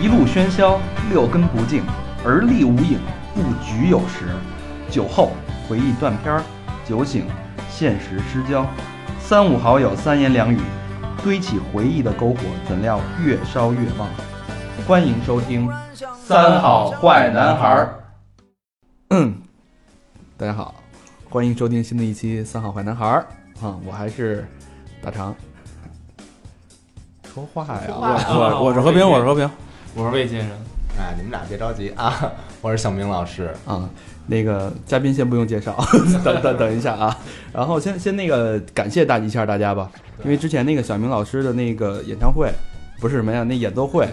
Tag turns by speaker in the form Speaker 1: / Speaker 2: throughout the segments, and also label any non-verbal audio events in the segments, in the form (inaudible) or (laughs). Speaker 1: 一路喧嚣，六根不净，而立无影，不局有时。酒后回忆断片儿，酒醒现实失焦。三五好友三言两语，堆起回忆的篝火，怎料越烧越旺。欢迎收听《三好坏男孩儿》。
Speaker 2: 嗯大家好，欢迎收听新的一期《三好坏男孩》儿》啊，我还是大长。说话呀，我我我是和平，我是和平
Speaker 3: 我是魏先生，
Speaker 4: 哎，你们俩别着急啊，我是小明老师。
Speaker 2: 啊。那个嘉宾先不用介绍， (laughs) 等等等一下啊。然后先先那个感谢大一下大家吧，因为之前那个小明老师的那个演唱会，不是什么呀，那演奏会，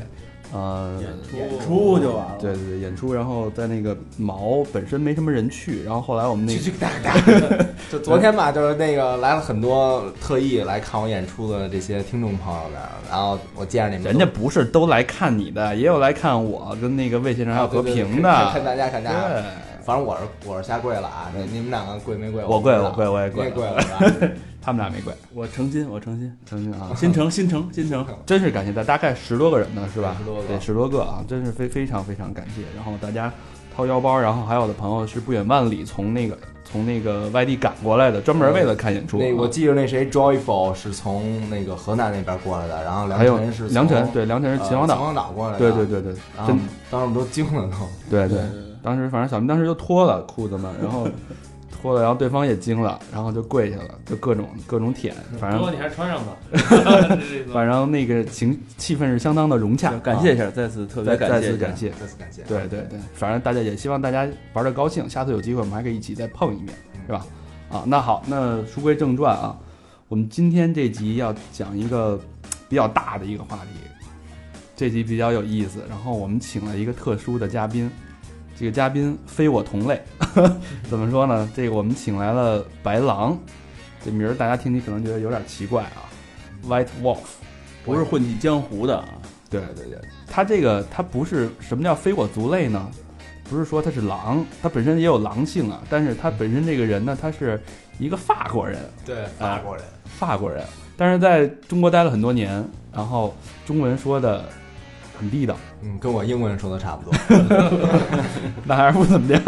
Speaker 2: 呃，
Speaker 3: 演
Speaker 5: 出就完了。
Speaker 2: 对对对，演出，然后在那个毛本身没什么人去，然后后来我们那个
Speaker 4: 这
Speaker 2: (laughs)
Speaker 4: 大大，就昨天吧，就是那个来了很多特意来看我演出的这些听众朋友们，然后我见着你们
Speaker 2: 人
Speaker 4: 都，
Speaker 2: 家不是都来看你的，也有来看我跟那个魏先生还有
Speaker 4: 啊
Speaker 2: 和
Speaker 4: 对对对
Speaker 2: 平
Speaker 4: 看
Speaker 2: 的
Speaker 4: 看。大家看大家，
Speaker 2: 对，
Speaker 4: 反正我是我是下跪了啊，你你们两个跪没跪？
Speaker 2: 我
Speaker 4: 跪
Speaker 2: 跪，我跪，，我也
Speaker 4: 你也
Speaker 2: 跪，(laughs)
Speaker 4: 跪了是吧？
Speaker 2: 他们俩没跪。我诚心，我诚心，诚心啊！心诚，心诚，心诚，真是感谢大，大概十多个人呢，是吧？
Speaker 4: 十多个
Speaker 2: 对，十多个啊，真是非非常非常感谢。然后大家掏腰包，然后还有的朋友是不远万里从那个从那个外地赶过来的，专门为了看演出啊。
Speaker 4: 那我记得那谁 Joyful 是从那个河南那边过来的，然后
Speaker 2: 还
Speaker 4: 梁
Speaker 2: 有
Speaker 4: 晨是
Speaker 2: 梁晨，
Speaker 4: 从
Speaker 2: 对，梁晨是
Speaker 4: 呃
Speaker 2: 秦皇
Speaker 4: 秦
Speaker 2: 岛，
Speaker 4: 皇岛过来的，
Speaker 2: 对对，对对，
Speaker 4: 然后
Speaker 2: 真
Speaker 4: 当时我们都惊了都。
Speaker 2: 对对，当时反正小明当时就脱了裤子嘛，然后脱了，然后对方也惊了，然后就跪下了，就各种各种舔，反
Speaker 3: 不过
Speaker 2: 正
Speaker 3: 你还是穿上吧。这个
Speaker 2: (laughs) 反正那个情气氛是相当的融洽，
Speaker 5: 感谢一下，再次特别
Speaker 2: 再再次
Speaker 5: 谢
Speaker 2: 感
Speaker 5: 感。
Speaker 2: 谢。
Speaker 4: 再次感谢。
Speaker 2: 对对对，反正大家也希望大家玩的高兴，下次有机会我们还可以一起再碰一面，是吧？啊，那好，那书归正传啊，我们今天这集要讲一个比较大的一个话题，这集比较有意思。然后我们请了一个特殊的嘉宾，这个嘉宾非我同类， (laughs) 怎么说呢？这个我们请来了白狼，这名儿大家听起可能觉得有点奇怪啊，White Wolf。
Speaker 5: 不是混迹江湖的啊，
Speaker 2: 对对对，它这个它不是什么叫非我族类呢？不是说它是狼，它本身也有狼性啊，但是它本身这个人呢，他是一个法国人，
Speaker 4: 对，法国人。
Speaker 2: 法国人，但是在中国待了很多年，然后中文说的很地道，
Speaker 4: 嗯，跟我英文说的差 (laughs) 不多。
Speaker 2: 那还是不怎么样。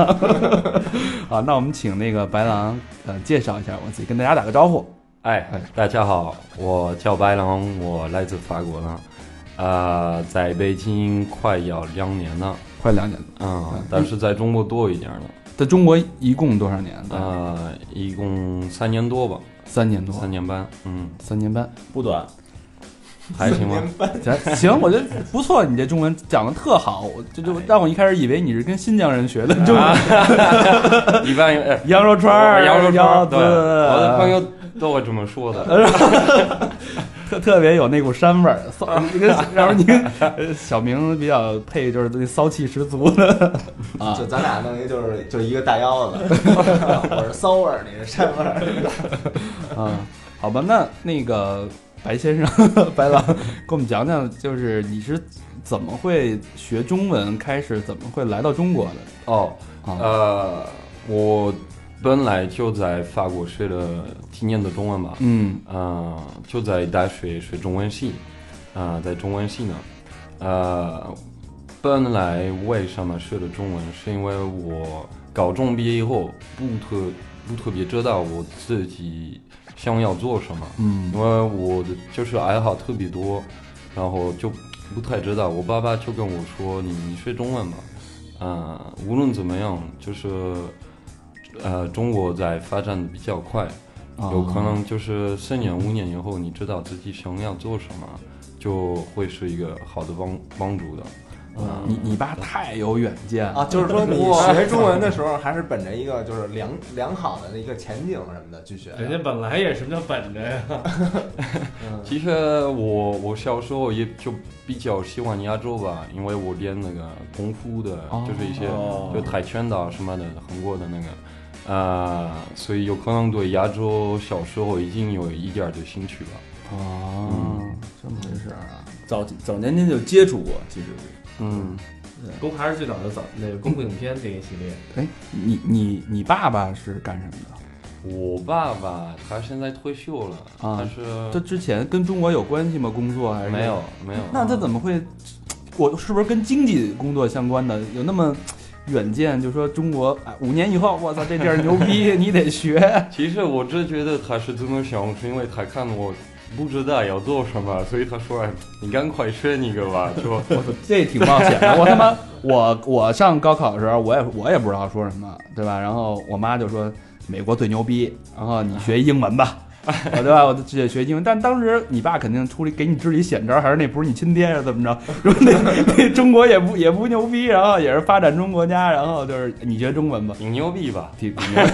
Speaker 2: (laughs) 啊，那我们请那个白狼呃介绍一下我自己，跟大家打个招呼。
Speaker 6: 哎，大家好，我叫白狼，我来自法国呢，呃，在北京快要两年了，
Speaker 2: 快两年了，
Speaker 6: 啊、但是在中国多一点呢，
Speaker 2: 在中国一共多少年？啊，
Speaker 6: 呃，一共三年多吧，
Speaker 2: 三年多，
Speaker 6: 三年半，嗯，
Speaker 2: 三年半。
Speaker 5: 不短。
Speaker 6: 还行吧，
Speaker 2: 行，行，我觉得不错，你这中文讲的特好，我这就让我一开始以为你是跟新疆人学的中文，
Speaker 6: 一般呃
Speaker 2: (laughs) 羊肉串
Speaker 6: 啊我
Speaker 2: 儿、
Speaker 6: 羊肉串
Speaker 2: 腰
Speaker 6: 儿，
Speaker 2: 子，
Speaker 6: 对，我的朋友都会这么说的，
Speaker 2: 特特别有那股膻味儿，骚，你
Speaker 6: (laughs)
Speaker 2: 跟然后你跟呃小明比较配，就是那骚气十足
Speaker 6: (laughs)
Speaker 2: 的啊
Speaker 4: 就，咱俩弄一就是就一个大 (laughs) 腰子，我是骚味儿，你是膻味 (laughs) 儿。
Speaker 2: 嗯，好吧，那那个白先生、白狼，给我们讲讲，就是你是怎么会学中文，开始怎么会来到中国的
Speaker 6: 哦，
Speaker 2: 啊？
Speaker 6: 呃，我本来就在法国学了几年的中文吧，
Speaker 2: 嗯
Speaker 6: 呃，就在大学学中文系，啊、在中文系呢，呃，本来为什么学的中文，是因为我高中毕业以后不特不特别知道我自己想要做什么，
Speaker 2: 嗯
Speaker 6: 因为我的就是爱好特别多，然后就不太知道。我爸爸就跟我说：“你你学中文吧，呃，无论怎么样，就是呃，中国在发展的比较快，
Speaker 2: 啊
Speaker 6: 有可能就是四年五年以后，你知道自己想要做什么，就会是一个好的帮帮助的。
Speaker 2: 啊你你爸太有远见了
Speaker 4: 啊，就是说你学中文的时候，还是本着一个就是良良好的一个前景什么的去学的。啊
Speaker 3: 人家本来也什么叫本着呀？
Speaker 6: 其实我我小时候也就比较喜欢亚洲吧，因为我练那个功夫的，
Speaker 2: 哦
Speaker 6: 就是一些
Speaker 5: 哦
Speaker 6: 就跆拳道什么的，韩国的那个，呃，所以有可能对亚洲小时候已经有一点儿的兴趣吧。
Speaker 2: 哦，这么回事儿啊？
Speaker 5: 早早年间就接触过，其实是
Speaker 6: 嗯，
Speaker 3: 功还是最早的早那个功夫影片这一系列，
Speaker 2: 哎，你你你爸爸是干什么的？
Speaker 6: 我爸爸他现在退休了，
Speaker 2: 啊
Speaker 6: 他是
Speaker 2: 这之前跟中国有关系吗？工作还是
Speaker 6: 没有？没有，
Speaker 2: 那他怎么会？我是不是跟经济工作相关的？有那么远见，就说中国哎，五年以后，我操，这地儿牛
Speaker 5: (laughs)
Speaker 2: 逼，你得学。
Speaker 6: 其实我真觉得他是这么想，是因为他看我不知道要做什么，所以他说：“哎，你赶快选一个吧。”说
Speaker 2: 这挺冒险的。我他妈，我我上高考的时候，我也我也不知道说什么，对吧？然后我妈就说美国最牛逼，然后你学英文吧，啊对吧？我就直接学英文。但当时你爸肯定出来给你支笔显招，还是那不是你亲爹是怎么着？说那那中国也不也不牛逼，然后也是发展中国家，然后就是你学中文吧，
Speaker 6: 你牛逼吧？
Speaker 2: 挺挺牛逼。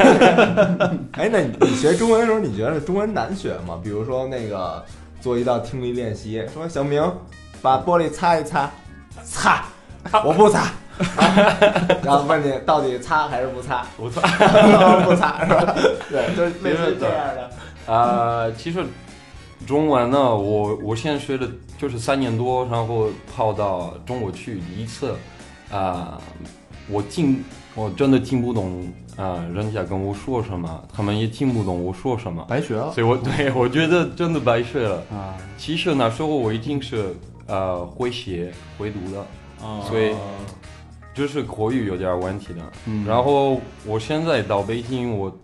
Speaker 4: 哎，那你你学中文的时候，你觉得中文难学吗？比如说那个做一道听力练习，说小明把玻璃擦一擦，擦，我不擦。 (laughs) 然后问你到底擦还是不 (laughs) 擦？
Speaker 6: (laughs) 我操！
Speaker 4: 不擦是吧？对，就是类似这样的。
Speaker 6: 啊，其实中文呢，我我现在学的就是三年多，然后跑到中国去一次，啊、我听我真的听不懂啊、人家跟我说什么，他们也听不懂我说什么，
Speaker 2: 白学了
Speaker 6: 所以我对我觉得真的白学了。
Speaker 2: 啊！
Speaker 6: 其实那时候我已经是呃会写会读的，
Speaker 3: 哦
Speaker 5: 啊，
Speaker 6: 所以就是口语有点问题的。
Speaker 2: 嗯
Speaker 6: 然后我现在到北京，我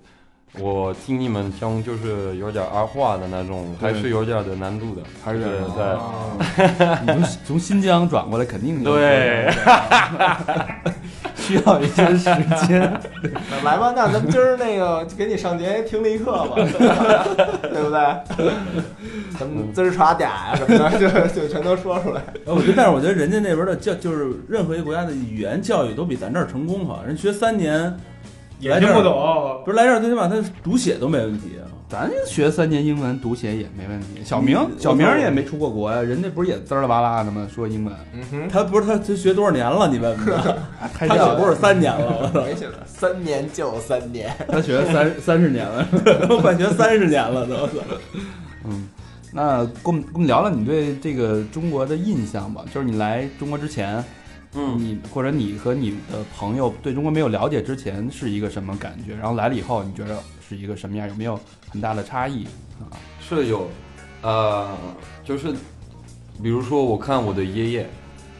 Speaker 6: 我听你们讲就是有点儿话的那种，
Speaker 2: 对
Speaker 6: 还是有点儿的难度的，
Speaker 2: 还是有点
Speaker 6: 就
Speaker 2: 儿
Speaker 6: 在
Speaker 2: 你从从新疆转过来，肯定有
Speaker 6: 对，
Speaker 2: 需要一些时间。
Speaker 4: 那来吧，那咱们今儿那个给你上节听力课吧，对不对？什么滋儿耍嗲呀什么的，就就全都说出来。
Speaker 5: 呃我觉得，但是我觉得人家那边的教，就是任何一个国家的语言教育都比咱这儿成功哈。人学三年，
Speaker 3: 也听不懂，
Speaker 5: 不是来这儿最起码他读写都没问题啊。
Speaker 2: 咱学三年英文，读写也没问题。小明，
Speaker 5: 嗯
Speaker 2: 小明也没出过国呀，人家不是也滋儿哇啦的吗？说英文，
Speaker 4: 嗯哼，
Speaker 5: 他不是他他学多少年了？你问问他，
Speaker 2: 他
Speaker 5: 他学不是三年了，
Speaker 4: 没写了，三年就三年。
Speaker 2: 他学三 (laughs) 三十年了。
Speaker 5: 我快学三十年了都。
Speaker 2: 嗯，那跟我们跟我们聊聊你对这个中国的印象吧，就是你来中国之前，
Speaker 6: 嗯，
Speaker 2: 你或者你和你的朋友对中国没有了解之前是一个什么感觉，然后来了以后你觉得是一个什么样，有没有很大的差异？
Speaker 6: 是有，呃，就是比如说我看我的爷爷，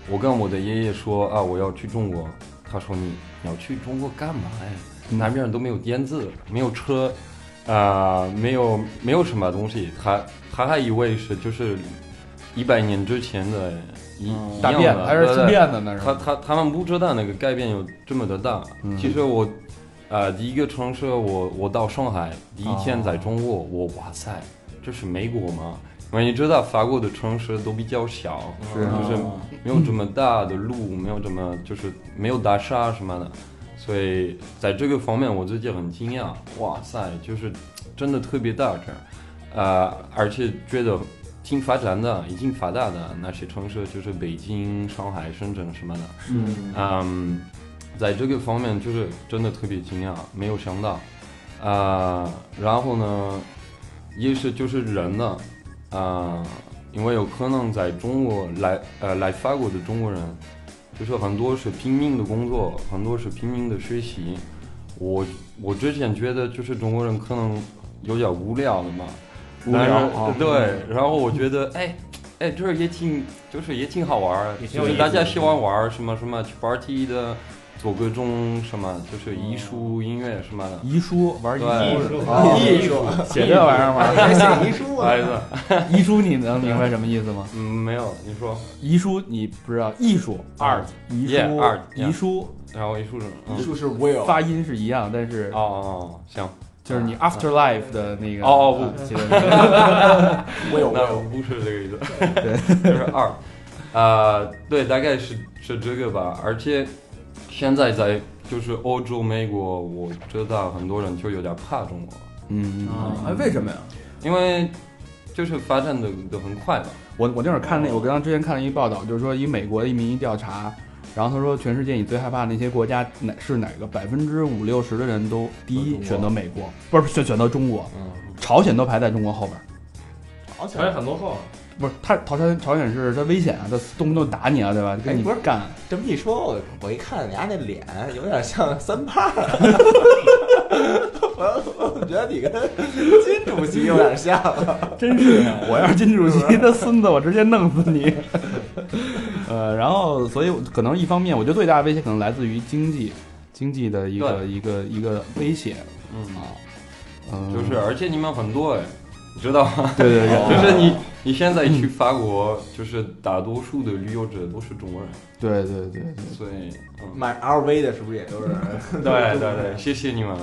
Speaker 6: 我跟我的爷爷说啊，我要去中国，他说你你要去中国干嘛呀？那边都没有电子，没有车，啊、没有没有什么东西，他他还以为是就是一百年之前的一、一
Speaker 2: 嗯大
Speaker 6: 样
Speaker 2: 便
Speaker 6: 的
Speaker 2: 还是
Speaker 6: 对
Speaker 2: 自
Speaker 6: 对
Speaker 2: 便的那
Speaker 6: 他
Speaker 2: 是？
Speaker 6: 他他们不知道那个改变有这么的大。
Speaker 2: 嗯
Speaker 6: 其实我，呃，第一个城市我我到上海第一天
Speaker 2: 哦
Speaker 6: 在中国，我哇塞，这是美国吗？因为你知道法国的城市都比较小，
Speaker 2: 是
Speaker 5: 啊
Speaker 6: 就是没有这么大的路， (laughs) 没有这么就是没有大厦什么的，所以在这个方面我自己很惊讶，哇塞，就是真的特别大这儿，呃，而且觉得挺发展的，已经发达的那些城市就是北京、上海、深圳什么的，
Speaker 5: 嗯
Speaker 6: 嗯，在这个方面就是真的特别惊讶，没有想到。啊、然后呢，一是就是人呢，啊、因为有可能在中国来呃来法国的中国人，就是很多是拼命的工作，很多是拼命的学习。我我之前觉得就是中国人可能有点无聊的嘛，
Speaker 2: 无
Speaker 6: 但是
Speaker 2: 聊啊
Speaker 6: 对，然后我觉得哎。哎，这儿也挺，就是也挺好玩儿，
Speaker 3: 也挺有
Speaker 6: 就是
Speaker 3: 意
Speaker 6: 大
Speaker 3: 思
Speaker 6: 家
Speaker 3: 的
Speaker 6: 喜欢玩儿什么什么去 party 的，做各种什么，就是
Speaker 3: 哦
Speaker 6: 艺术、音乐什么的。
Speaker 2: 遗书玩遗
Speaker 6: 对
Speaker 2: 书是吧？
Speaker 4: 哦
Speaker 6: 艺术，
Speaker 2: (laughs) 写这玩意儿吗？
Speaker 4: 还写遗书啊
Speaker 6: 孩
Speaker 4: 呢？
Speaker 2: (laughs)
Speaker 6: 子，
Speaker 2: 遗书你能明白什么意思吗？
Speaker 6: 嗯，没有，你说，
Speaker 2: 遗书你不知道，艺术
Speaker 6: Art
Speaker 2: 遗书
Speaker 6: Yeah, art,
Speaker 2: 遗书
Speaker 6: 然后艺术是，嗯
Speaker 4: 遗书是 will，
Speaker 2: 发音是一样，但是
Speaker 6: 哦哦，哦行，
Speaker 2: 就是你 afterlife 的那个啊
Speaker 6: 哦不
Speaker 2: 不，写的
Speaker 6: 那我不是这个意思， (laughs) 就是二，啊，对，大概是是这个吧。而且现在在就是欧洲、美国，我知道很多人就有点怕中国，
Speaker 2: 嗯，
Speaker 5: 啊，哎，为什么呀？
Speaker 6: 因为就是发展的的很快吧。
Speaker 2: 我我那会儿看那我刚之前看了一报道，就是说一美国的一民意调查，然后他说全世界你最害怕那些国家哪是哪个？百分之五六十的人都第一选择美国，不是选选择中国，
Speaker 6: 嗯，
Speaker 2: 朝鲜都排在中国后边儿。
Speaker 4: 好
Speaker 3: 条件很落后，
Speaker 2: 不是他朝鲜朝鲜是他危险啊，他动不动打你啊，对吧？跟你
Speaker 4: 哎不是
Speaker 2: 干。
Speaker 4: 这么一说，我我一看你家那脸有点像三胖， (laughs) 我觉得你跟金主席有点像，
Speaker 2: 真是、我要是金主席的孙子，我直接弄死你。 (laughs) 呃，然后，所以我可能一方面，我觉得最大的威胁可能来自于经济，经济的一个一个一个威胁
Speaker 6: 嗯，
Speaker 2: 啊。嗯，
Speaker 6: 就是，而且你们很多哎，你知道吗？ (laughs)
Speaker 2: 对对对，
Speaker 6: 就是你你现在去法国，就是大多数的旅游者都是中国人，
Speaker 2: 对对对对，
Speaker 6: 所以，嗯，
Speaker 4: 买 LV 的是不是也都是？
Speaker 6: 对对对，谢谢你们。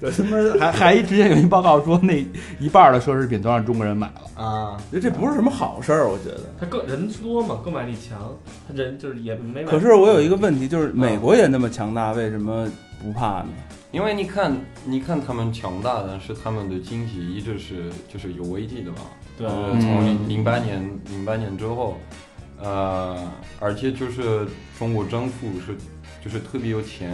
Speaker 2: 他们还还一之前有一报告说，那一半儿的奢侈品都让中国人买了。
Speaker 4: 啊，
Speaker 5: 觉得这不是什么好事儿，我觉得。
Speaker 3: 他个人多嘛，购买力强，他人就是也没买。
Speaker 5: 可是我有一个问题，就是美国也那么强大，为什么不怕呢？
Speaker 6: 因为你看，你看他们强大，但是他们的经济一直是就是有危机的嘛。
Speaker 3: 对
Speaker 6: 就是从零零八年零八年之后，呃，而且就是中国政府是就是特别有钱，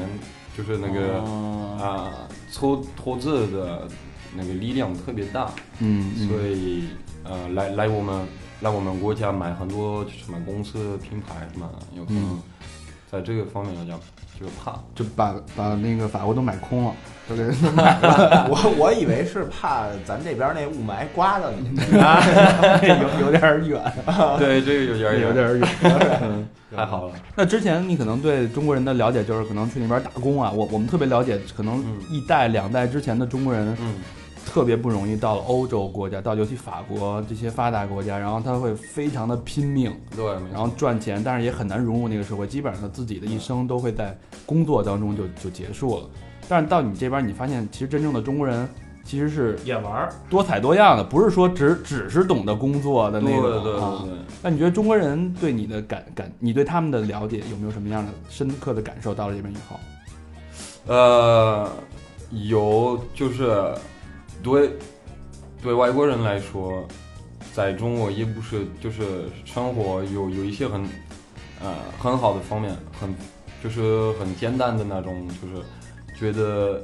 Speaker 6: 就是那个
Speaker 4: 嗯
Speaker 5: 哦
Speaker 6: 啊、投投资的那个力量特别大，
Speaker 2: 嗯，嗯
Speaker 6: 所以呃来来我们来我们国家买很多什么公司品牌什么，有可能
Speaker 2: 嗯
Speaker 6: 在这个方面来讲就是
Speaker 2: (laughs)
Speaker 6: 怕。
Speaker 2: 就把把那个法国都买空了，都给
Speaker 4: (laughs) 我我以为是怕咱这边那雾霾刮到你，
Speaker 2: 有有点儿远，
Speaker 6: 对，这个有点
Speaker 2: 有点儿远。
Speaker 6: 太好了，
Speaker 2: 那之前你可能对中国人的了解就是可能去那边打工啊，我我们特别了解，可能
Speaker 6: 嗯
Speaker 2: 一代两代之前的中国人
Speaker 6: 嗯。
Speaker 2: 特别不容易到了欧洲国家，到尤其法国这些发达国家，然后他会非常的拼命，
Speaker 6: 对，没
Speaker 2: 然
Speaker 6: 错
Speaker 2: 后赚钱，但是也很难融入那个社会，基本上他自己的一生都会在工作当中就就结束了。但是到你这边，你发现其实真正的中国人其实是
Speaker 3: 也玩儿，
Speaker 2: 多彩多样的，不是说只只是懂得工作的
Speaker 6: 对
Speaker 2: 那
Speaker 6: 对
Speaker 2: 种
Speaker 6: 对
Speaker 2: 啊
Speaker 6: 对。对
Speaker 2: 那你觉得中国人对你的感感，你对他们的了解有没有什么样的深刻的感受？到了这边以后，
Speaker 6: 呃，有就是对对外国人来说，在中国也不是就是生活有有一些很呃很好的方面，很就是很简单的那种，就是觉得。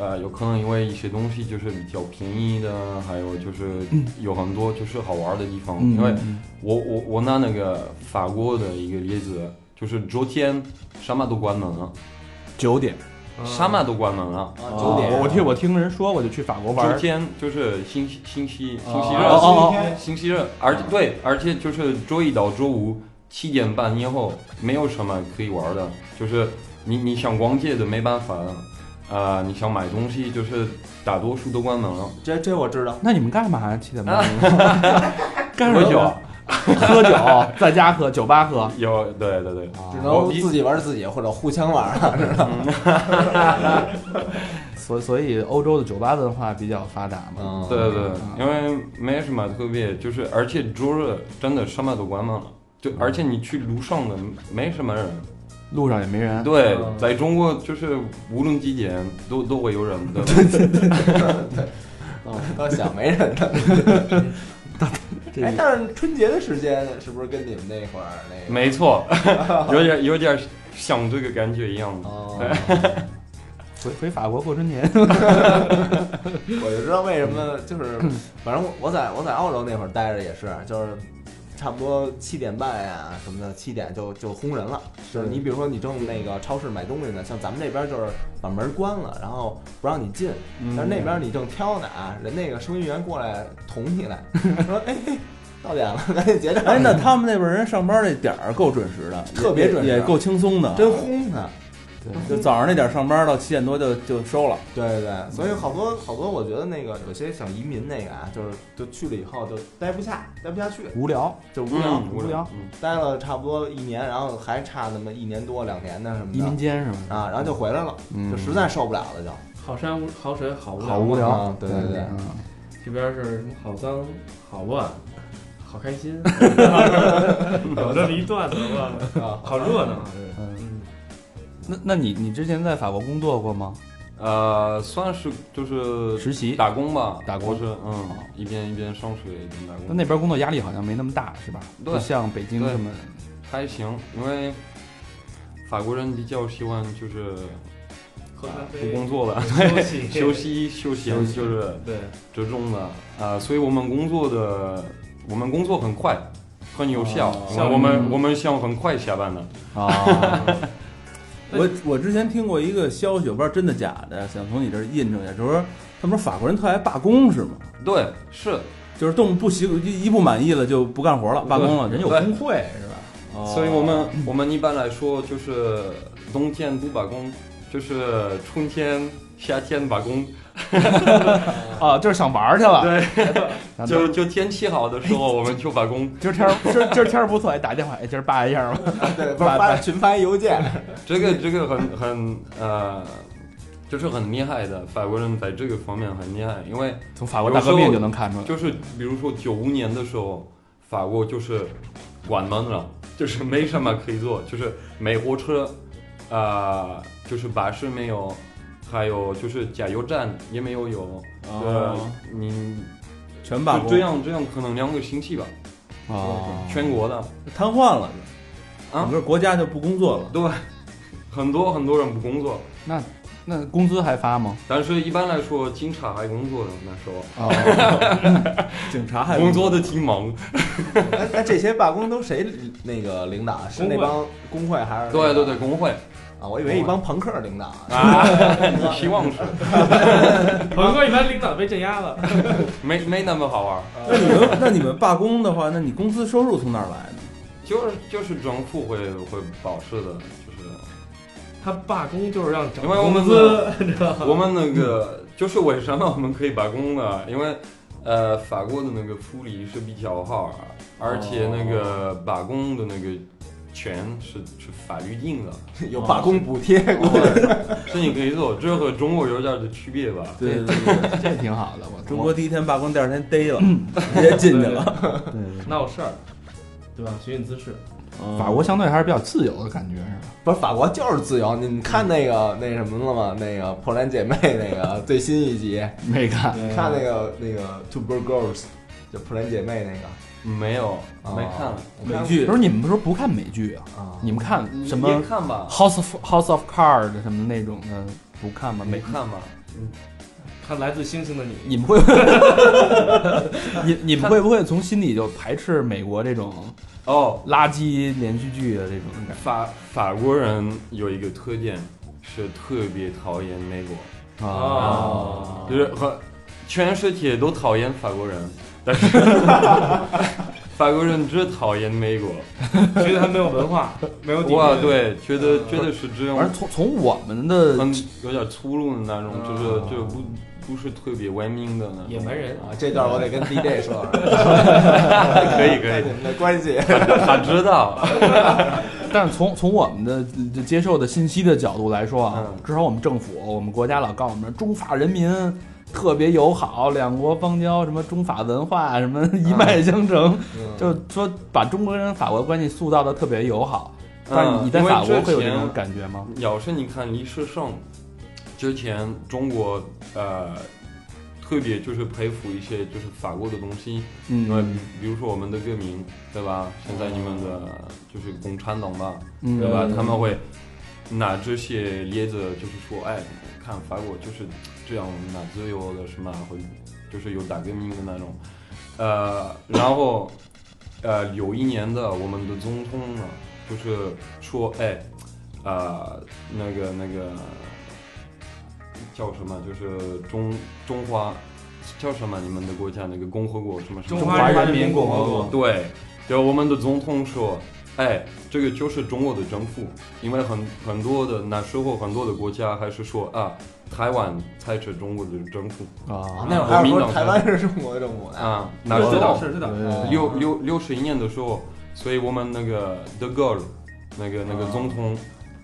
Speaker 6: 呃，有可能因为一些东西就是比较便宜的，还有就是有很多就是好玩的地方。
Speaker 2: 嗯
Speaker 6: 因为我我我拿那个法国的一个例子，就是昨天什么都关门了，
Speaker 2: 九点
Speaker 3: 哦
Speaker 6: 沙曼都关门了。
Speaker 4: 啊九点
Speaker 2: 哦我我听我听人说，我就去法国玩
Speaker 6: 昨
Speaker 2: 儿，
Speaker 6: 天就是星期星期
Speaker 3: 嗯
Speaker 6: 星期
Speaker 2: 哦
Speaker 6: 日，
Speaker 2: 哦哦
Speaker 3: 天
Speaker 6: 星期日，而且对，而且就是周一到周五七点半以后没有什么可以玩的，就是你你想逛街的没办法了，呃，你想买东西就是大多数都关门了，
Speaker 4: 这这我知道。
Speaker 2: 那你们干嘛呀？七点半？
Speaker 4: 啊
Speaker 2: (laughs) 干
Speaker 6: 喝
Speaker 2: 什
Speaker 6: 酒
Speaker 2: 么？喝酒， (laughs) 在家喝，酒吧喝。
Speaker 6: 有对对对，
Speaker 2: 哦
Speaker 4: 只
Speaker 6: 我
Speaker 4: 能
Speaker 6: 比
Speaker 4: 自己玩自己，或者互相玩 (laughs) 啊。
Speaker 2: 所所以欧洲的酒吧文化比较发达嘛。
Speaker 4: 嗯
Speaker 6: 对对对，因为没什么特别，就是而且周日真的什么都关门了，就而且你去路上的没什么人，
Speaker 2: 路上也没人。
Speaker 6: 对
Speaker 3: 嗯，
Speaker 6: 在中国就是无论几点都都会有人的，
Speaker 4: 倒想没人呢。
Speaker 2: 这
Speaker 4: 哎，但是春节的时间是不是跟你们那会儿那个？
Speaker 6: 没错， (laughs) 有点有点像这个感觉一样的。
Speaker 4: 哦， (laughs)
Speaker 2: 回回法国过春节，
Speaker 4: 我就知道为什么，就是反正我我在我在澳洲那会儿待着也是，就是差不多七点半呀什么的，七点就就轰人了。就是你比如说你正那个超市买东西呢，像咱们这边就是把门关了，然后不让你进，但是那边你正挑呢啊，人那个收银员过来捅你来， (laughs) 说哎哎到点了，赶紧结账。
Speaker 5: 哎，那他们那边人上班那点儿够准时的，也
Speaker 4: 特别准时啊
Speaker 5: 也也够轻松的。啊
Speaker 4: 真轰他。
Speaker 5: 就早上那点儿上班到七点多就就收了。
Speaker 4: 对对对，所以好多好多，我觉得那个有些想移民那个啊，就是就去了以后就待不下，待不下去，
Speaker 2: 无聊，
Speaker 4: 就无聊，
Speaker 6: 嗯，
Speaker 2: 无聊，
Speaker 6: 嗯
Speaker 4: 待了差不多一年，然后还差那么一年多两年的什么
Speaker 2: 移民
Speaker 4: 的
Speaker 2: 监是吧？
Speaker 4: 啊，然后就回来了，
Speaker 2: 嗯
Speaker 4: 就实在受不了了就。
Speaker 3: 好山无好水好无聊
Speaker 2: 好无聊
Speaker 4: 啊。对对对
Speaker 2: 嗯
Speaker 3: 这边是什么好脏好乱。好开心，有这么一段子吧，
Speaker 4: 啊，
Speaker 3: 好热闹，
Speaker 2: 嗯。那那你你之前在法国工作过吗？
Speaker 6: 呃，算是就是
Speaker 2: 实
Speaker 4: 嗯
Speaker 2: 习？
Speaker 6: 打工吧，
Speaker 2: 打工哦
Speaker 6: 我是嗯，一边一边上学一边打
Speaker 2: 那
Speaker 6: 工，
Speaker 2: 那边工作压力好像没那么大，是吧？
Speaker 6: 对
Speaker 2: 不像北京
Speaker 6: 对
Speaker 2: 什么。
Speaker 6: 还行，因为法国人比较喜欢就是
Speaker 3: 喝咖
Speaker 6: 不
Speaker 3: 啡，
Speaker 6: 工作了，
Speaker 3: 休息
Speaker 6: (laughs) 休，息休闲
Speaker 2: 休息
Speaker 6: 就是
Speaker 3: (laughs) 对，
Speaker 6: 这种的啊、所以我们工作的我们工作很快。很有效，
Speaker 5: 哦
Speaker 2: 嗯
Speaker 6: 因为我们我们想很快下班的，
Speaker 2: 啊，
Speaker 5: 我我之前听过一个消息，我不知道真的假的，想从你这儿印证一下，就是说他们说法国人特爱罢工是吗？
Speaker 6: 对，是，
Speaker 5: 就是动不习一一不满意了就不干活了，罢工了，
Speaker 6: 对
Speaker 5: 人有
Speaker 6: 对
Speaker 5: 工会是吧？哦
Speaker 6: 所以我们我们一般来说就是冬天不罢工，就是春天、夏天罢工，
Speaker 2: (laughs) 啊，就是想玩儿去了。对
Speaker 6: 就就天气好的时候我们就罢工。
Speaker 2: 今儿天儿今儿今儿天儿不错，哎，打电话，哎，今儿罢一下吧。(laughs)
Speaker 4: 对，不是发群发一邮件，
Speaker 6: 这个这个很很呃，就是很厉害的，法国人在这个方面很厉害，因为
Speaker 2: 从法国大革命就能看出来，
Speaker 6: 就是比如说九五年的时候，法国就是关门了，就是没什么可以做，就是没火车，啊、就是巴士没有，还有就是加油站也没有有，呃
Speaker 5: 哦，
Speaker 6: 你
Speaker 5: 全罢
Speaker 6: 就
Speaker 5: 工，
Speaker 6: 这样这样可能两个星期吧，
Speaker 2: 啊，
Speaker 6: 全国的，
Speaker 5: 瘫痪了，
Speaker 6: 啊
Speaker 5: 整个国家就不工作了。
Speaker 6: 对， (laughs) 很多很多人不工作，
Speaker 2: 那那工资还发吗？
Speaker 6: 但是一般来说警察还工作的那时候。
Speaker 2: 啊，
Speaker 5: 警察还
Speaker 6: 工作的挺忙，
Speaker 4: 那那这些罢工都谁那个领导？啊是那帮工会还是？
Speaker 6: 对对对，工会
Speaker 4: 啊，我以为一帮朋克领导。
Speaker 5: (laughs)
Speaker 6: 啊，希望是，
Speaker 3: 鹏哥一般领导被镇压了，
Speaker 6: 没没那么好玩儿，
Speaker 5: 那你们那你们罢工的话，那你工资收入从哪儿来呢？
Speaker 6: 就是就是政府会会保持的，就是
Speaker 3: 他罢工就是让涨
Speaker 6: 因为我们
Speaker 3: 工资，知道吗？
Speaker 6: 我们那个就是为什么我们可以罢工呢？因为呃，法国的那个福利是比较好啊，而且那个罢工的那个权是是法律定的，
Speaker 4: 有罢工补贴，
Speaker 6: 是你可以做，这和中国有点儿的区别吧？
Speaker 5: 对对对，
Speaker 2: 这挺好的，我
Speaker 5: 中国第一天罢工，第二天逮了，直接进去了。嗯
Speaker 3: 闹事儿，对吧？寻衅滋事，
Speaker 2: 法国相对还是比较自由的感觉，是吧？
Speaker 4: 不是法国就是自由。你
Speaker 2: 嗯
Speaker 4: 你看那个那什么了吗？那个《破产姐妹》那个最新一集，
Speaker 2: 没看，
Speaker 4: 你看那个那个 Two Bird Girls，就《破产姐妹》那个
Speaker 6: 没有，啊
Speaker 4: 哦
Speaker 6: 嗯没看，
Speaker 5: 美
Speaker 2: 不
Speaker 5: 剧
Speaker 2: 是你们不是不看美剧啊？
Speaker 4: 啊，
Speaker 2: 你们看什
Speaker 6: 嗯也
Speaker 2: 么
Speaker 6: 看吧，
Speaker 2: House of House of Cards 什么那种的不看吗？
Speaker 6: 没
Speaker 2: 没。
Speaker 6: 看吧。
Speaker 3: 看来自星星的你，
Speaker 2: 你们会， (laughs) 你你们会不会从心里就排斥美国这种
Speaker 6: 哦，
Speaker 2: 垃圾连续剧的这种感
Speaker 6: 法法国人有一个特点，是特别讨厌美国，
Speaker 2: 觉
Speaker 3: 啊
Speaker 2: 啊
Speaker 3: 哦
Speaker 6: 就是和全世界都讨厌法国人，
Speaker 2: (laughs)
Speaker 6: 但是法国人只讨厌美国。
Speaker 3: 觉得他没有文化，没有底
Speaker 6: 哇，
Speaker 3: 蕴，
Speaker 6: 对，觉得觉得是这
Speaker 2: 嗯而嗯
Speaker 6: 样，
Speaker 2: 从从我们的
Speaker 6: 很有点粗鲁的那种，就是就是不不是特别文明的那
Speaker 3: 野
Speaker 6: 种。
Speaker 3: 蛮人，
Speaker 4: 啊，这段我得跟 DJ 说，
Speaker 2: (laughs)
Speaker 6: 可以可
Speaker 4: 看
Speaker 6: 以
Speaker 4: 你，们的关系。
Speaker 6: 他知道。
Speaker 2: 但是从从我们的呃接受的信息的角度来说啊，
Speaker 6: 嗯
Speaker 2: 至少我们政府、我们国家老告诉我们中法人民特别友好，两国邦交，什么中法文化，什么
Speaker 4: 嗯
Speaker 2: 一脉相承，就是说把中国人和法国关系塑造的特别友好。 (laughs)
Speaker 4: 嗯
Speaker 2: 但是你在
Speaker 6: 嗯因为
Speaker 2: 法国会有
Speaker 6: 之
Speaker 2: 这
Speaker 6: 前
Speaker 2: 种感觉吗？
Speaker 6: 要是你看历史上，之前中国呃特别就是佩服一些就是法国的东西，那
Speaker 2: 嗯
Speaker 6: 比如说我们的歌名，对吧？现在你们的就是共产党吧，
Speaker 2: 嗯，
Speaker 6: 对吧？他们会拿这些例子，就是说，哎，看法国就是这样，拿自由的什么，会就是有打革命的那种，呃，然后呃，有一年的我们的总统呢，就是说，哎，啊、那个那个叫什么，就是中中华。叫什么？你们的国家那个共和国什么什
Speaker 3: 中
Speaker 6: 么？
Speaker 3: 华人民哦共
Speaker 6: 共
Speaker 3: 和
Speaker 6: 和
Speaker 3: 国
Speaker 6: 国。对，就我们的总统说，哎，这个就是中国的政府，因为很很多的那时候很多的国家还是说啊，台湾才是中国的政府
Speaker 2: 啊，
Speaker 4: 那会儿还有说台湾是中国政府呢，
Speaker 6: 啊，哪
Speaker 3: 是
Speaker 6: 知道
Speaker 3: 的，是的，
Speaker 2: 嗯
Speaker 6: 六六六十一年的时候，所以我们那个德戈尔，那个那个总统，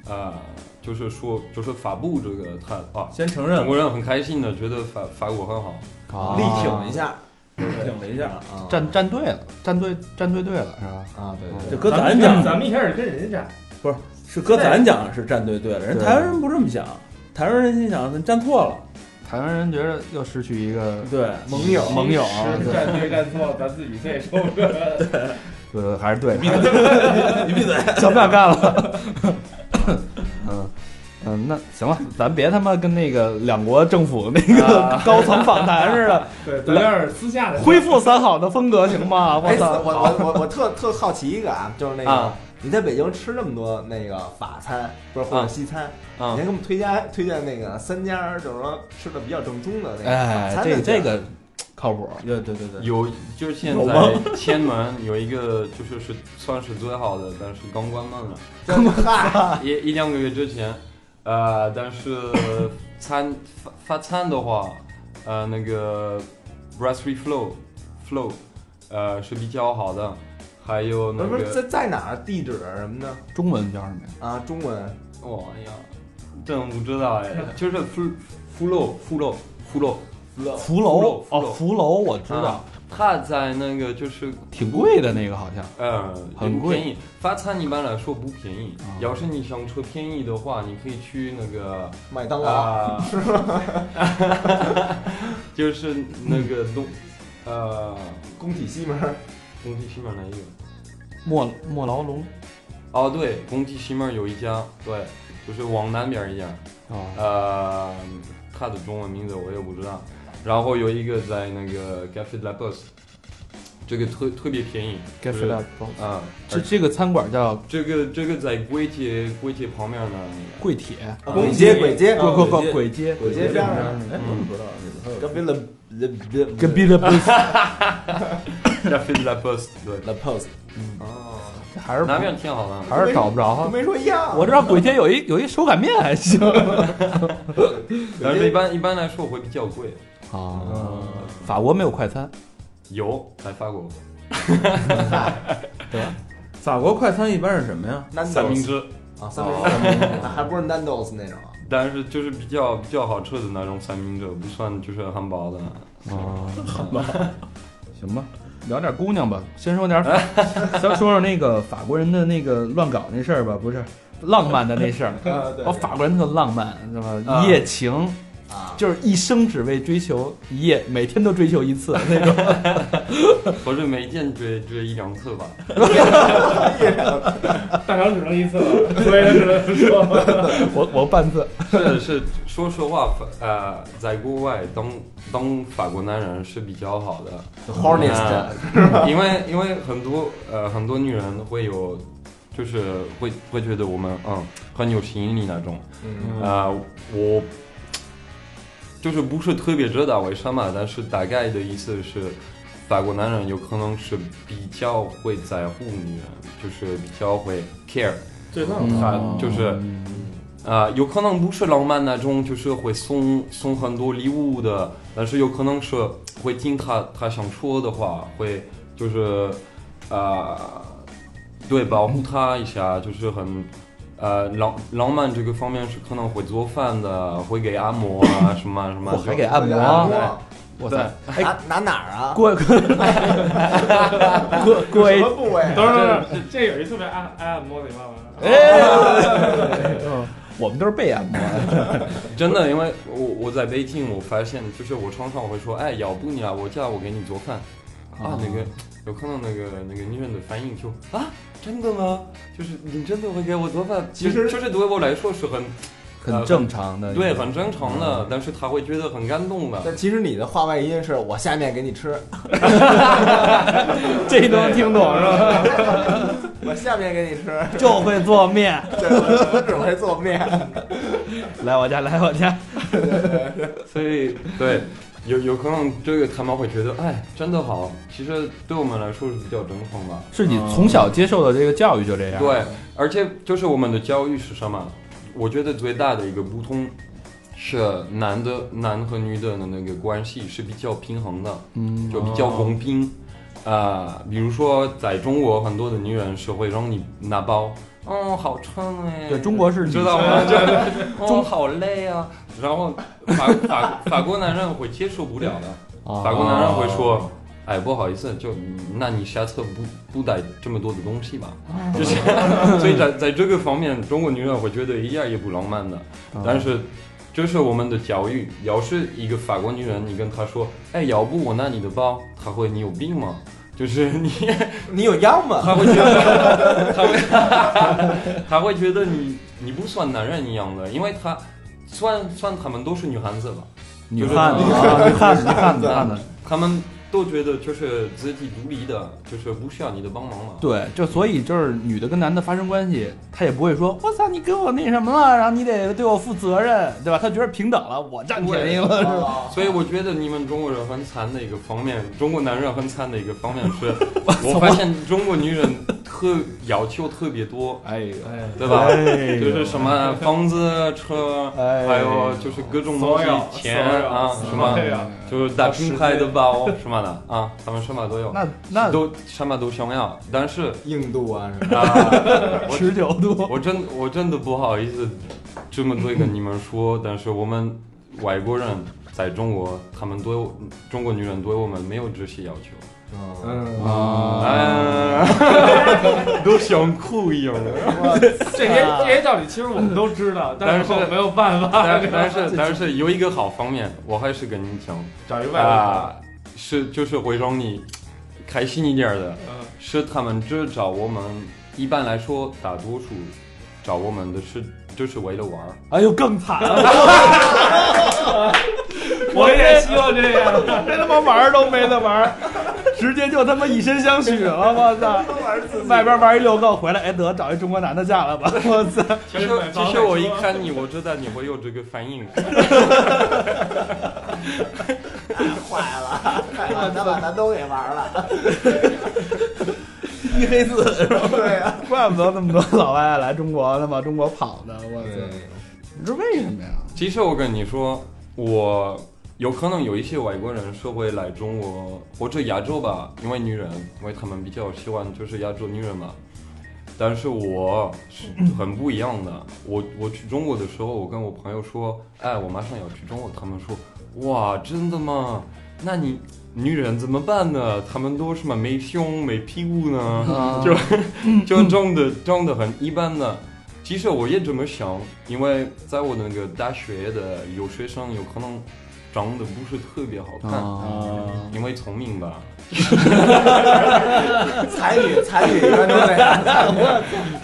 Speaker 6: 啊、就是说就是发布这个他啊，
Speaker 5: 先承
Speaker 6: 中
Speaker 5: 认，
Speaker 6: 国人很开心的，觉得法法国很好，
Speaker 2: 啊
Speaker 4: 力挺一下，
Speaker 5: 挺了一下。
Speaker 4: 啊
Speaker 2: 站站队了，站队站队队了是吧？
Speaker 4: 啊，对对
Speaker 5: 这搁
Speaker 3: 咱
Speaker 5: 咱
Speaker 3: 们
Speaker 5: 讲，
Speaker 3: 咱们一开始跟人家站，
Speaker 5: 是搁咱讲是站队对了，人
Speaker 2: 对
Speaker 5: 台湾人不这么想，台湾人心想咱站错了，
Speaker 2: 台湾人觉得又失去一个
Speaker 5: 对，
Speaker 4: 盟友
Speaker 2: 盟友啊，
Speaker 3: 是
Speaker 2: 对
Speaker 3: 站对站错，咱自己最受不了。
Speaker 2: 对对，还是对的。
Speaker 5: 你闭嘴。
Speaker 2: 想不想干了？嗯嗯，那行了，咱别他妈跟那个两国政府那个高层访谈似的，
Speaker 3: 对，咱要是私下的，
Speaker 2: 恢复三好的风格行吗？我
Speaker 4: 哎，我
Speaker 2: 操！
Speaker 4: 我我我特特好奇一个啊，就是那个、
Speaker 6: 啊
Speaker 4: 你在北京吃那么多那个法餐，不是
Speaker 2: 啊
Speaker 4: 或者
Speaker 6: 嗯
Speaker 4: 西餐，你
Speaker 6: 嗯
Speaker 4: 还给我们推荐推荐那个三家，就是说吃的比较正宗的那个法
Speaker 2: 哎，
Speaker 4: 餐
Speaker 2: 这
Speaker 4: 的地儿
Speaker 2: 这个靠谱，
Speaker 5: 对对对对，
Speaker 6: 有，就是现
Speaker 4: 有
Speaker 6: 在天门有一个就是是算是最好的，但是刚关门了，
Speaker 2: (laughs) 哦
Speaker 4: 嗨
Speaker 6: 一一两个月之前，呃，但是餐发发餐的话，呃，那个 Raspberry Flow Flow，呃是比较好的，还有那
Speaker 4: 不是不是在
Speaker 6: 个
Speaker 4: 在哪儿地址什么的
Speaker 2: 中文叫什么呀？
Speaker 4: 啊？中文
Speaker 6: 哇哎呀，真不知道哎，就是 Flow Flow Flow Flow，
Speaker 2: 福
Speaker 6: 福
Speaker 2: 楼
Speaker 6: 楼
Speaker 2: 哦，福楼我知道
Speaker 6: 啊，它在那个就是
Speaker 2: 挺贵的那个好像。
Speaker 6: 呃，
Speaker 2: 很
Speaker 6: 也不
Speaker 2: 贵
Speaker 6: 便宜。发餐一般来说不便宜，
Speaker 2: 啊
Speaker 6: 要是你想吃便宜的话，你可以去那个
Speaker 4: 麦当劳
Speaker 6: (laughs) 啊，就是那个东呃
Speaker 4: (laughs) 工体西门
Speaker 6: 工体西面哪一个？
Speaker 2: 莫莫劳龙
Speaker 6: 哦，对，工体西面有一家，对，就是往南边一点儿，
Speaker 2: 哦，
Speaker 6: 呃，它的中文名字我也不知道。然后有一个在那个 Cafe de la Poste，这个特特别便宜，
Speaker 2: 该吃
Speaker 6: 就是
Speaker 2: 了。
Speaker 6: 啊，
Speaker 2: 这这个餐馆叫
Speaker 6: 这个这个在簋街簋街旁边呢，
Speaker 2: (laughs) 贵铁，
Speaker 4: 啊簋街簋街
Speaker 2: 不不不，
Speaker 5: 簋街
Speaker 2: 簋街，嗯
Speaker 4: 簋街边上，
Speaker 5: 哎，我不知道这个还有
Speaker 4: 隔壁了了了
Speaker 2: 隔壁的不是
Speaker 6: Cafe de la Poste，对。
Speaker 4: 了 pose
Speaker 6: 哦，
Speaker 2: 还是
Speaker 6: 南边挺好的。
Speaker 2: 还是找不着
Speaker 4: 都
Speaker 2: 嗯啊。
Speaker 4: 没说一样，
Speaker 2: 我知道簋街有一有一手擀面还行
Speaker 6: 但是一般一般来说会比较贵。
Speaker 2: 啊。 (laughs) 法国没有快餐，
Speaker 6: 有在法国
Speaker 5: 法国快餐一般是什么呀？
Speaker 6: 三明
Speaker 4: Nando's
Speaker 6: 治，
Speaker 4: 啊，三明
Speaker 2: 哦
Speaker 4: 治，那还不是 Nando's 那种啊。
Speaker 6: 但是就是比较比较好吃的那种三明治，不算就是汉堡 (laughs) 的。
Speaker 2: 哦行吧，聊点姑娘吧，先说点， (laughs) 先说说那个法国人的那个乱搞那事儿吧，不是浪漫的那 (laughs) 事儿。
Speaker 4: 啊，对
Speaker 2: 哦，法国人特浪漫，什么
Speaker 6: 啊
Speaker 2: 一夜情，
Speaker 4: 啊，
Speaker 2: 就是一生只为追求一夜，每天都追求一 (laughs) 次那种。
Speaker 6: 不是每天追追一两 (laughs) 次吧？
Speaker 3: 大肠只能一次了，所以他只能
Speaker 6: (laughs)
Speaker 3: 说
Speaker 2: 我我半次，
Speaker 6: 是是，说实话，法呃，在国外当当法国男人是比较好的。嗯
Speaker 4: Hornets
Speaker 6: 因为因为很多呃很多女人会有，就是会会觉得我们嗯很有吸引力那种，
Speaker 4: 嗯
Speaker 6: 呃我就是不是特别知道为什么，但是大概的意思是，法国男人有可能是比较会在乎女人，就是比较会 care，
Speaker 3: 最棒
Speaker 2: 嗯
Speaker 6: 他就是。啊、有可能不是浪漫那种，就是会送送很多礼物的，但是有可能是会听他他想说的话，会就是啊、对，保护他一下，就是很呃浪浪漫这个方面是可能会做饭的，会给按摩啊什么什么
Speaker 2: 我，
Speaker 4: 嗯
Speaker 2: 还给按摩，我操！哎，
Speaker 4: 拿拿哪儿啊？
Speaker 2: 郭郭郭郭
Speaker 4: 什
Speaker 2: A，
Speaker 4: 么部位啊？
Speaker 3: 等会儿，等会儿这有一特别爱爱按摩的，你忘了？
Speaker 2: (laughs) 哎，嗯我们都是啊被按摩的，
Speaker 6: 真的，因为我我在北京，我发现就是我常常会说，哎，要不你来我家，我给你做饭啊，那个有可能那个那个女人的反应就啊，真的吗？就是你真的会给我做饭？
Speaker 4: 其实
Speaker 6: 就是对我来说是很
Speaker 2: 很正常的，嗯
Speaker 6: 对，很正常的，但是他会觉得很感动的。
Speaker 4: 但其实你的话外音是我下面给你吃，
Speaker 2: 这都能听懂是吧？
Speaker 4: 我下面给 (laughs) 你吃，
Speaker 2: 就会做面，
Speaker 4: 这我我只会做面。
Speaker 2: 来我家，来我家，
Speaker 6: 所以对，有有可能这个他们会觉得，哎，真的好。其实对我们来说是比较正常吧。
Speaker 2: 是你从小接受的这个教育就这样，
Speaker 6: 对，而且就是我们的教育是什么？我觉得最大的一个不同是男的男和女的那个关系是比较平衡的，
Speaker 2: 嗯，
Speaker 6: 就比较公平。啊、比如说在中国，很多的女人是会让你拿包，嗯，好穿哎、
Speaker 2: 对，中国是
Speaker 6: 你
Speaker 2: 女
Speaker 6: 知道吗？
Speaker 2: (laughs)
Speaker 6: 就是中好累啊。然后法法法国男人会接受不了的，
Speaker 2: 啊
Speaker 6: 法国男人会说：“哎，不好意思，就那你下次不不带这么多的东西吧。”啊就是 (laughs) 所以在在这个方面，中国女人会觉得一点也不浪漫的。但是这是我们的教育，要是一个法国女人，你跟她说：“哎，要不我拿你的包？”她会你有病吗？就是 (laughs) 你，
Speaker 4: 你有样吗？
Speaker 6: 她会觉得，她会，她会 (laughs) 觉得你你不算男人一样的，因为她算算她们都是女汉子吧，
Speaker 2: 女汉子，
Speaker 6: 就
Speaker 2: (laughs)
Speaker 6: 是
Speaker 2: 啊女汉子，女汉子，女汉子，
Speaker 6: 她们都觉得就是自己独立的，就是不需要你的帮忙嘛。
Speaker 2: 对，就所以就是女的跟男的发生关系，他也不会说我操你跟我那什么了，然后你得对我负责任，对吧？他觉得平等了，我占便宜了，是 (laughs) 吧？
Speaker 4: 哦
Speaker 6: 所以我觉得你们中国人很惨的一个方面，中国男人很惨的一个方面
Speaker 2: (laughs)
Speaker 6: 是，
Speaker 2: 操
Speaker 6: 我发现中国女人特要求特别多，
Speaker 2: 哎呦，
Speaker 3: 哎，
Speaker 6: 对吧？
Speaker 2: 哎
Speaker 6: 就是什么房子、车，
Speaker 2: 哎
Speaker 6: 还有就是各种东西
Speaker 3: 所有、
Speaker 6: 钱
Speaker 3: 所有
Speaker 6: 啊，什么
Speaker 3: 所有
Speaker 6: 就是大品牌的包什么的啊，他们什么都有，
Speaker 2: 那 (laughs) 那
Speaker 6: 都什么都想要，但是
Speaker 4: 硬度啊什么
Speaker 6: 啊，
Speaker 2: (laughs)
Speaker 6: 我
Speaker 2: 持久度，
Speaker 6: 我真我真的不好意思这么对跟你们说，但是我们外国人在中国，他们对我中国女人对我们没有这些要求，
Speaker 4: 的，嗯，
Speaker 3: 嗯，
Speaker 2: (laughs)
Speaker 6: 啊，都想哭一样的。
Speaker 3: 这些这些道理其实我们都知道，但
Speaker 6: 但
Speaker 3: 是
Speaker 6: 是
Speaker 3: 没有办法，
Speaker 6: 但但是但是有一个好方面，我还是跟你讲
Speaker 2: 哎
Speaker 3: 找一外国人，
Speaker 6: 啊，是就是会让你开心一点的，
Speaker 3: 嗯
Speaker 6: 是他们只找我们，一般来说大多数找我们的是就是为了玩儿。
Speaker 2: 哎呦更惨
Speaker 5: 啊
Speaker 2: 了，
Speaker 3: 我也希望这样。
Speaker 2: 连他妈玩儿都没得玩儿， (laughs) 直接就他妈以身相许了，我操！外边 (laughs) 玩一溜够回来，哎得找一中国男的嫁了吧， (laughs) 我操！
Speaker 6: 其实其实我一看你，我知道你会有这个反应。
Speaker 4: 坏了，坏了，他把咱都给玩了，
Speaker 2: 一黑四，
Speaker 4: 对呀、
Speaker 2: 怪不得那么多老外爱来中国，他妈中国跑的，我操！
Speaker 4: 对，
Speaker 2: 你说为什么呀？
Speaker 6: (laughs) 其实我跟你说，我有可能有一些外国人是会来中国或者亚洲吧，因为女人，因为他们比较喜欢就是亚洲女人嘛。但是我是很不一样的，我我去中国的时候，我跟我朋友说，哎，我马上要去中国，他们说，哇，真的吗？那你女人怎么办呢？他们都什么没胸没屁股呢？ (laughs) 就就装的装的很一般的。其实我也这么想，因为在我那个大学的有学生有可能长得不是特别好看，
Speaker 2: 啊，
Speaker 6: 因为聪明吧。
Speaker 4: 才女才女一般都这样，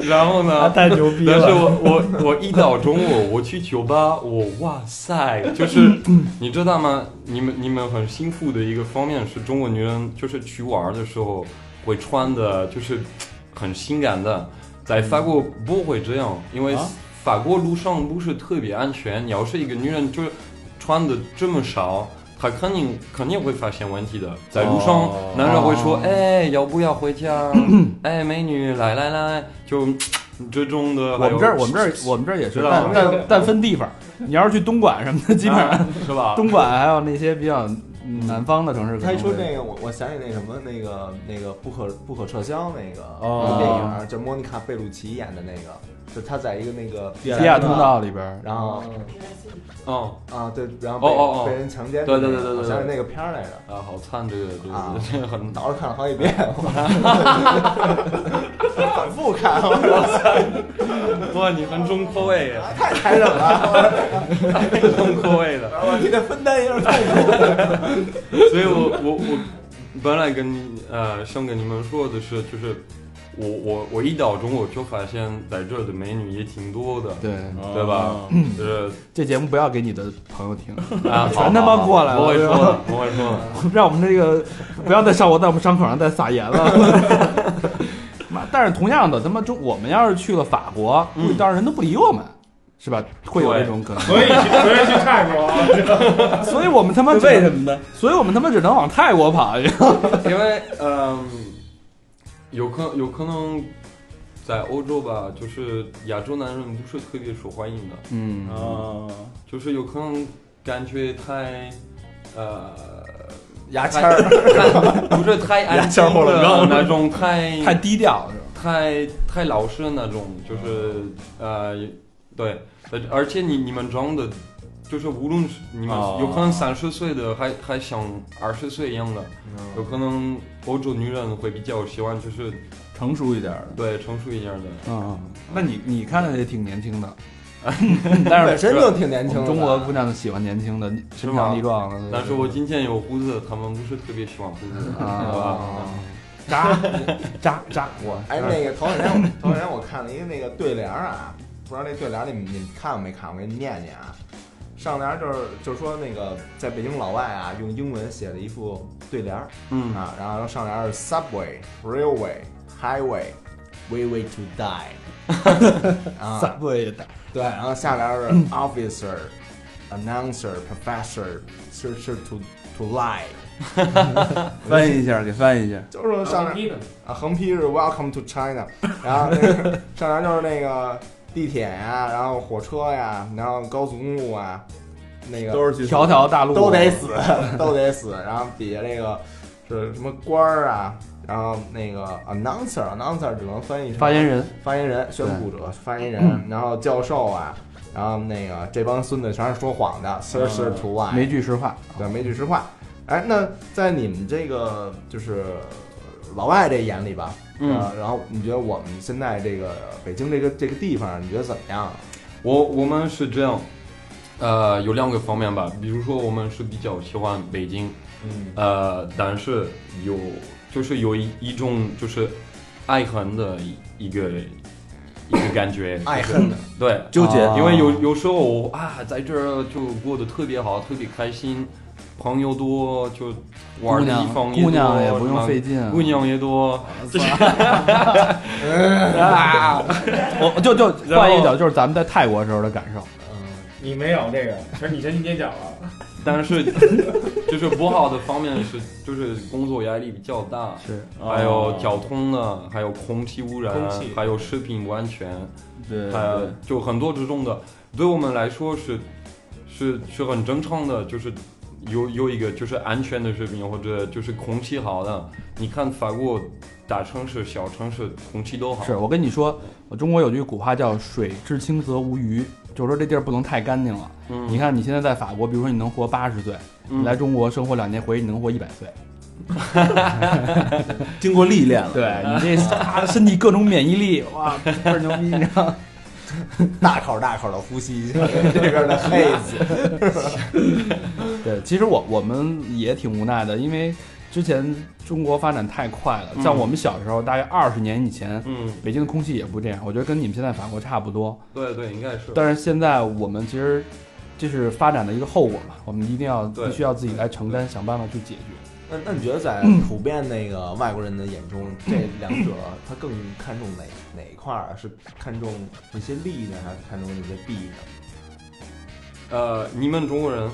Speaker 6: 然后呢？
Speaker 2: 太牛逼
Speaker 6: 但是
Speaker 2: 了！
Speaker 6: 我我我一到中午，我去酒吧，我哇塞，
Speaker 2: (laughs)
Speaker 6: 就是你知道吗？你们你们很幸福的一个方面是中国女人，就是去玩的时候会穿的，就是很性感的。在法国不会这样，因为
Speaker 2: 嗯啊
Speaker 6: 法国路上不是特别安全。你要是一个女人就是穿的这么少，她肯定肯定会发现问题的。在路上，
Speaker 2: 哦
Speaker 6: 男人会说
Speaker 2: 哦：“
Speaker 6: 哎，要不要回
Speaker 2: (coughs)
Speaker 6: 家？哎，美女，来来来，就这种的。”
Speaker 2: 我们这儿，我们这儿，我们这儿也是，啊
Speaker 6: 知道
Speaker 2: 但
Speaker 6: 吗
Speaker 2: 但但分地方。你要是去东莞什么的，基本上
Speaker 6: 啊是吧？
Speaker 2: 东莞还有那些比较南方的城市，可
Speaker 4: 他
Speaker 2: 能
Speaker 4: 一说
Speaker 2: 会
Speaker 4: 那个，我我想起那什么那个那个不可不可撤销那个、
Speaker 2: 哦
Speaker 4: 那电影儿，就莫妮卡贝鲁奇演的那个，就他在一个那个地
Speaker 2: 地下通，道里边儿，
Speaker 4: 然后
Speaker 6: 啊哦
Speaker 4: 啊对，然后被
Speaker 6: 哦哦哦
Speaker 4: 被人强奸，
Speaker 6: 对对对对对
Speaker 4: 我想起那个片儿来着，
Speaker 6: 啊，好惨，这个这
Speaker 4: 啊
Speaker 6: 个这个很
Speaker 4: 倒着看了好几
Speaker 6: (laughs)
Speaker 4: 遍，我反复看，我
Speaker 6: 哇，你很重口味耶，
Speaker 4: 太残忍了，
Speaker 6: 重口味的。
Speaker 4: 我你得分担一下痛苦。
Speaker 6: 所以我我我本来跟你呃想跟你们说的是，就是我我我一到中午就发现在这儿的美女也挺多的，
Speaker 2: 对，
Speaker 3: 哦
Speaker 6: 对吧？就是
Speaker 2: 这节目不要给你的朋友听，
Speaker 6: 啊，好
Speaker 2: 全他妈过来了
Speaker 6: 好好我会说的，我会说
Speaker 2: (laughs)
Speaker 6: 的。
Speaker 2: 让我们这个不要再上我在我们伤口上再撒盐 (laughs) 了。妈，但是同样的，他妈中我们要是去了法国，估计当时人都不理我们，是吧？会有这种 (laughs) 可能，
Speaker 3: 所以去所以去泰国
Speaker 6: 嗯
Speaker 3: (laughs) 啊，
Speaker 2: 所以我们他妈为什么呢？所以我们他妈只能往泰国跑去。
Speaker 6: 因为嗯，有可有可能在欧洲吧，就是亚洲男人不是特别受欢迎的，
Speaker 2: 嗯
Speaker 5: 啊，
Speaker 6: 就是有可能感觉太呃。
Speaker 4: 牙签儿，
Speaker 6: 儿，不是太安静的那种，太
Speaker 2: 太低调了是吧？
Speaker 6: 太太老实那种，就是呃，对，而而且你你们装的，就是无论是你们
Speaker 5: 哦
Speaker 6: 有可能三十岁的还还像二十岁一样的， (laughs) 有可能欧洲女人会比较喜欢，就是
Speaker 5: 成熟一点儿的，
Speaker 6: 对成熟一点的。
Speaker 2: 嗯，那你你看着也挺年轻的，但
Speaker 4: 本
Speaker 2: 是
Speaker 4: 身就挺年
Speaker 2: 我
Speaker 4: 轻
Speaker 2: 们
Speaker 4: 的，
Speaker 2: 中国姑娘喜欢年轻的，
Speaker 6: 是
Speaker 2: 身
Speaker 6: 吗
Speaker 2: 强力壮的。
Speaker 6: 但是我今天有胡子，他们不是特别喜欢胡子，对吧？ (laughs)
Speaker 2: 啊，渣渣渣，我
Speaker 4: 哎，那个头两天我头两天我看了一个那个对联儿啊，不知道那对联儿你们你们看过没看过？我给你念念啊，上联儿就是就是说那个在北京老外啊，用英文写了一副对联儿
Speaker 6: 嗯
Speaker 4: 啊，然后上联儿是 subway、railway、highway、way way to die (laughs) 啊，
Speaker 2: 对的，
Speaker 4: 对，然后下联是 officer、announcer、professor、searcher to to lie，
Speaker 5: 翻译一下，给翻译一下。
Speaker 4: 就是说上联
Speaker 3: 批呢，
Speaker 4: 啊，横批是 Welcome to China，然后那个上联就是那个地铁呀、然后火车呀、然后高速公路啊，那个
Speaker 5: 都是去
Speaker 2: 条条大路
Speaker 4: 都得死，都得死。然后底下那个是什么官儿啊，然后那个 announcer，announcer 只能翻译成
Speaker 2: 发言人，
Speaker 4: 发言人、宣布者、发言人，然后教授啊，然后那个这帮孙子全是说谎的，sir sir to lie，
Speaker 2: 没句实话。
Speaker 4: 对，没句实话。哎，那在你们这个就是老外这眼里吧，
Speaker 6: 嗯，
Speaker 4: 啊，然后你觉得我们现在这个北京这个这个地方，你觉得怎么样？
Speaker 6: 我我们是这样，呃，有两个方面吧，比如说我们是比较喜欢北京，
Speaker 4: 嗯
Speaker 6: 呃，但是有就是有一一种就是爱恨的一一个一个感觉，
Speaker 4: 爱恨的，
Speaker 6: 对，
Speaker 5: 纠结
Speaker 2: 啊
Speaker 6: 因为有有时候我啊，在这儿就过得特别好，特别开心，朋友多，就
Speaker 2: 姑
Speaker 6: 玩的地
Speaker 2: 娘，
Speaker 6: 方
Speaker 2: 姑娘也
Speaker 6: 多
Speaker 2: 不
Speaker 6: 是吧
Speaker 2: 用费劲啊，
Speaker 6: 姑娘也多，
Speaker 2: (laughs) 啊！我就就换一个角度，就是咱们在泰国时候的感受。
Speaker 3: 你没有这个，全是你先去捏脚了。
Speaker 6: 但是就是不好的方面是，就是工作压力比较大，
Speaker 2: 是，
Speaker 6: 还有交通呢，还有空气污染
Speaker 3: 空气，
Speaker 6: 还有食品不安全，
Speaker 5: 对，
Speaker 6: 还有呃就很多这种的，对我们来说是是是很正常的，就是有有一个就是安全的食品或者就是空气好的，你看法国大城市、小城市空气都好，
Speaker 2: 是我跟你说，我中国有句古话叫“水至清则无鱼”，就是说这地儿不能太干净了。
Speaker 6: 嗯，
Speaker 2: 你看你现在在法国，比如说你能活八十岁，
Speaker 6: 嗯
Speaker 2: 你来中国生活两年，回去你能活一百岁。
Speaker 5: 经过历练了，
Speaker 2: 对你这啊，身体各种免疫力，哇，倍儿牛逼！然后
Speaker 4: 大口大口的呼 (laughs) 吸这边的黑子，
Speaker 2: 对，其实我我们也挺无奈的，因为之前中国发展太快了，
Speaker 6: 嗯
Speaker 2: 像我们小时候，大概二十年以前。
Speaker 6: 嗯，
Speaker 2: 北京的空气也不这样，我觉得跟你们现在法国差不多。
Speaker 6: 对对，应该是，
Speaker 2: 但是现在我们其实这是发展的一个后果嘛，我们一定要
Speaker 6: 对
Speaker 2: 必须要自己来承担，想办法去解决。
Speaker 4: 那那你觉得在普遍那个外国人的眼中，这两 (laughs) 者他更看重哪哪一块儿啊？是看重那些利呢，还是看重那些弊呢？
Speaker 6: 呃，你们中国人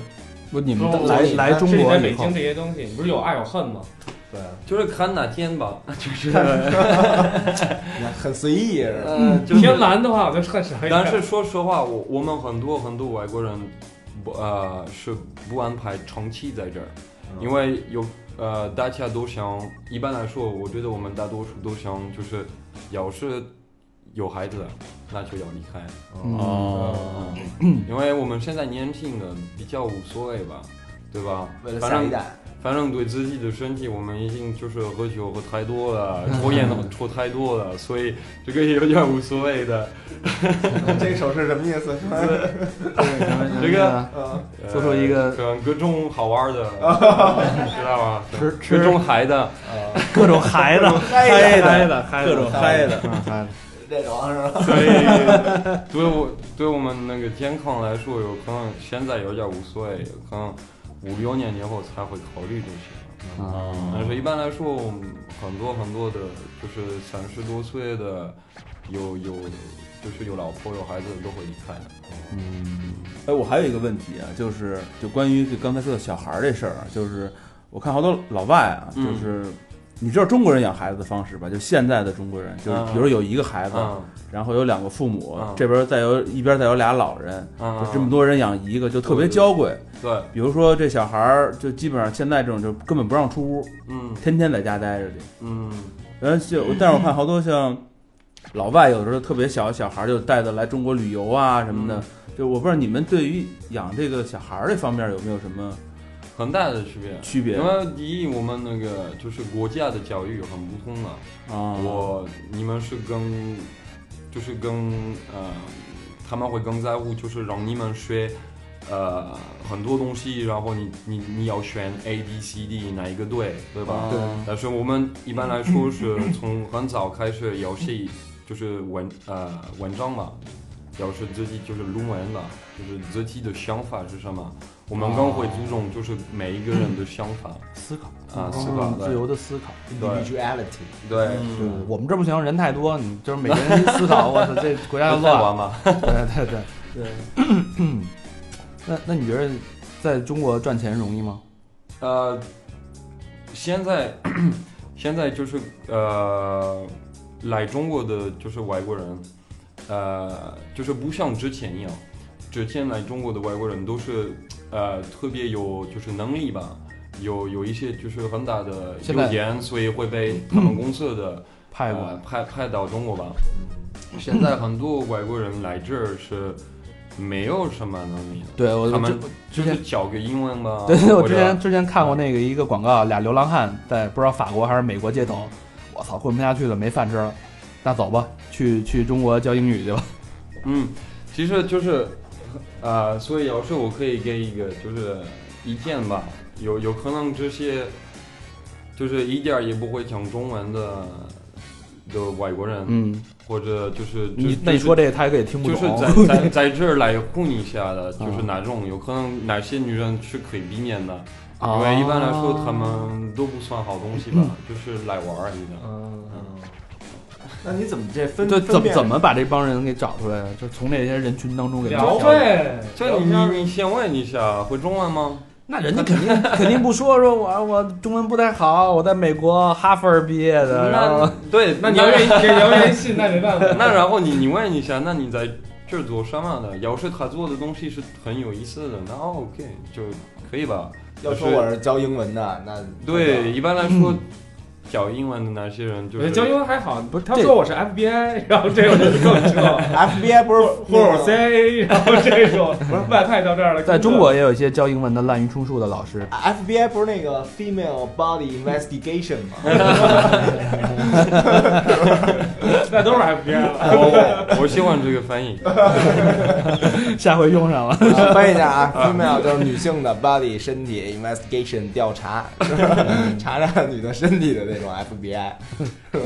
Speaker 2: 不，你
Speaker 3: 不
Speaker 2: 们
Speaker 3: 不
Speaker 2: 来
Speaker 4: 不
Speaker 2: 来中
Speaker 3: 是你
Speaker 2: 国
Speaker 3: 在北
Speaker 2: 以后
Speaker 3: 京，这些东西，你不是有爱有恨吗？
Speaker 4: 对，
Speaker 6: 就是看哪天吧， (laughs) 就是
Speaker 4: 你看很随意嗯似的。
Speaker 6: 呃，就是
Speaker 3: 天蓝的话，我就恨少一点。
Speaker 6: 但是说实话，我我们很多很多外国人不呃是不安排长期在这儿，
Speaker 4: 嗯
Speaker 6: 因为有呃大家都想，一般来说，我觉得我们大多数都想就是，要是有孩子，那就要离开，
Speaker 4: 嗯
Speaker 5: 哦，
Speaker 6: 嗯，因为我们现在年轻人比较无所谓吧，对吧？
Speaker 4: 为了
Speaker 6: 反
Speaker 4: 下一
Speaker 6: 正
Speaker 4: 代，
Speaker 6: 反正对自己的身体，我们已经就是喝酒喝太
Speaker 2: (laughs)
Speaker 6: 多了，抽烟抽太多了，所以这个也有点无所谓的。
Speaker 4: 这首是什么意 (laughs) 思？
Speaker 2: (laughs)
Speaker 6: 这个
Speaker 4: 嗯，
Speaker 6: 呃
Speaker 2: 做出一个
Speaker 6: 各各种好
Speaker 2: (laughs)
Speaker 6: 玩的，知道吗？
Speaker 2: 吃吃
Speaker 6: 各种嗨的，
Speaker 4: 哎
Speaker 2: 各种孩子，
Speaker 4: 嗨的
Speaker 2: 的，嗨
Speaker 5: 各种嗨的，
Speaker 2: 嗯嗨的，
Speaker 4: 这种是吧？
Speaker 6: (laughs) 所以对我对我们那个健康来说，有可能现在有点无所谓，可能五六年以后才会考虑这些。嗯
Speaker 2: 啊，
Speaker 6: 但是一般来说，我们很多很多的，就是三十多岁的，有有就是有老婆有孩子的都会离开的。
Speaker 5: 哎，我还有一个问题啊，就是就关于就刚才说的小孩儿这事儿啊，就是我看好多老外啊，
Speaker 6: 嗯
Speaker 5: 就是你知道中国人养孩子的方式吧？就现在的中国人，就是
Speaker 6: 嗯
Speaker 5: 比如有一个孩子，
Speaker 6: 嗯
Speaker 5: 然后有两个父母，
Speaker 6: 嗯
Speaker 5: 这边再有一边再有俩老人，
Speaker 6: 嗯，
Speaker 5: 就这么多人养一个，就特别娇贵。
Speaker 6: 对，
Speaker 5: 比如说这小孩儿，就基本上现在这种就根本不让出屋，
Speaker 6: 嗯
Speaker 5: 天天在家待着去。
Speaker 6: 嗯
Speaker 5: 然后就，但是我看好多像老外，有的时候特别小的小孩儿就带着来中国旅游啊什么的。
Speaker 6: 嗯
Speaker 5: 就我不知道你们对于养这个小孩儿这方面有没有什么
Speaker 6: 很大的区别。
Speaker 5: 区别
Speaker 6: 因
Speaker 5: 啊？
Speaker 6: 为第一，我们那个就是国家的教育很不同了。
Speaker 5: 嗯啊
Speaker 6: 我你们是更，就是更呃，他们会更在乎，就是让你们学呃很多东西，然后你你你要选 A B C D 哪一个对，对吧？
Speaker 5: 对
Speaker 6: 但是我们一般来说是从很早开始要写，就是文呃文章嘛，表示自己就是中文了，就是自己的想法是什么。我们更会注重就是每一个人的想法
Speaker 2: 思考
Speaker 6: 啊，思考嗯
Speaker 2: 嗯自由的嗯思考。
Speaker 6: 对
Speaker 4: individuality，
Speaker 6: 对，
Speaker 2: 对，我们这不行，人太多，你就是每个人一思
Speaker 6: (laughs)
Speaker 2: 考，我操，这国家要
Speaker 6: 太
Speaker 2: 乱了。
Speaker 6: 玩嘛，
Speaker 2: 对 (laughs) 对对对。 (coughs) 那那你觉得在中国赚钱容易吗？
Speaker 6: 呃，现在 (clears throat) 现在就是呃，来中国的就是外国人，呃，就是不像之前一样，之前来中国的外国人都是呃特别有就是能力吧，有有一些就是很大的
Speaker 2: 现在嗯
Speaker 6: 优点，所以会被他们公司的。
Speaker 2: 派过嗯
Speaker 6: 呃、派派到中国吧。现在很多外国人来这儿是没有什么能力的，
Speaker 2: 对我
Speaker 6: 他
Speaker 2: 我
Speaker 6: 们啊
Speaker 2: 之
Speaker 6: 就
Speaker 2: 之
Speaker 6: 是
Speaker 2: 前
Speaker 6: 教个英文吧。
Speaker 2: 对对，我
Speaker 6: 或
Speaker 2: 之
Speaker 6: 者
Speaker 2: 前之前看过那个一个广告，俩流浪汉在不知道法国还是美国街头，我操，混不下去了，没饭吃了，那走吧，去去中国教英语去吧。
Speaker 6: 嗯，其实就是呃，所以要是我可以给一个就是意见吧，有有可能这些就是一点儿也不会讲中文的的外国人，
Speaker 2: 嗯，
Speaker 6: 或者就是
Speaker 2: 你
Speaker 6: 就
Speaker 2: 那你说这个他也也听不
Speaker 6: 就
Speaker 2: 懂。
Speaker 6: 是在
Speaker 2: (laughs)
Speaker 6: 在在这儿来混一下的，就
Speaker 2: 啊
Speaker 6: 是哪种有可能哪些女人是可以避免的，
Speaker 2: 啊
Speaker 6: 因为一般来说她们都不算好东西吧，
Speaker 2: (laughs)
Speaker 6: 就是来玩啊而已的。
Speaker 3: 嗯，
Speaker 4: 那你怎么这分
Speaker 2: 对，
Speaker 4: 分
Speaker 2: 怎么
Speaker 4: 辨
Speaker 2: 怎么把这帮人给找出来？啊就从这些人群当中给
Speaker 3: 聊
Speaker 2: 找出来。
Speaker 3: 对，
Speaker 6: 这你你你先问一下，会中文吗？
Speaker 2: 那人家肯
Speaker 4: (laughs)
Speaker 2: 定肯定不说说我我中文不太好，我在美国哈佛毕业的，然后
Speaker 6: 那对，
Speaker 3: 那你要愿意，你要愿意信，那没办法。
Speaker 6: (laughs) 那然后你你问一下，那你在这儿做什么的？要是他做的东西是很有意思的，那哦 OK 就可以吧。
Speaker 4: 要说我是教英文的，那。
Speaker 6: 对，，一般来说，讲英文的那些人就
Speaker 3: 我觉哎
Speaker 6: 是
Speaker 3: 得教英文还好，不是他
Speaker 2: 这
Speaker 3: 说我是 FBI，然后 (laughs) 这我就更知道
Speaker 4: FBI 不是
Speaker 3: 或者我 CIA，然后这种不是外派到这儿了，
Speaker 2: 在中国也有一些教英文的滥竽充数的老师。
Speaker 4: FBI 不是那个 female body investigation 吗？ (laughs)
Speaker 3: 那都是 FBI 了。 (laughs)
Speaker 6: 我我我喜欢这个翻译。
Speaker 2: 下回用上了。
Speaker 4: 啊翻译一下啊，female 就是女性的 body 身体 investigation 调 (laughs) 查，是吧查查女的身体的那种 FBI
Speaker 2: 对，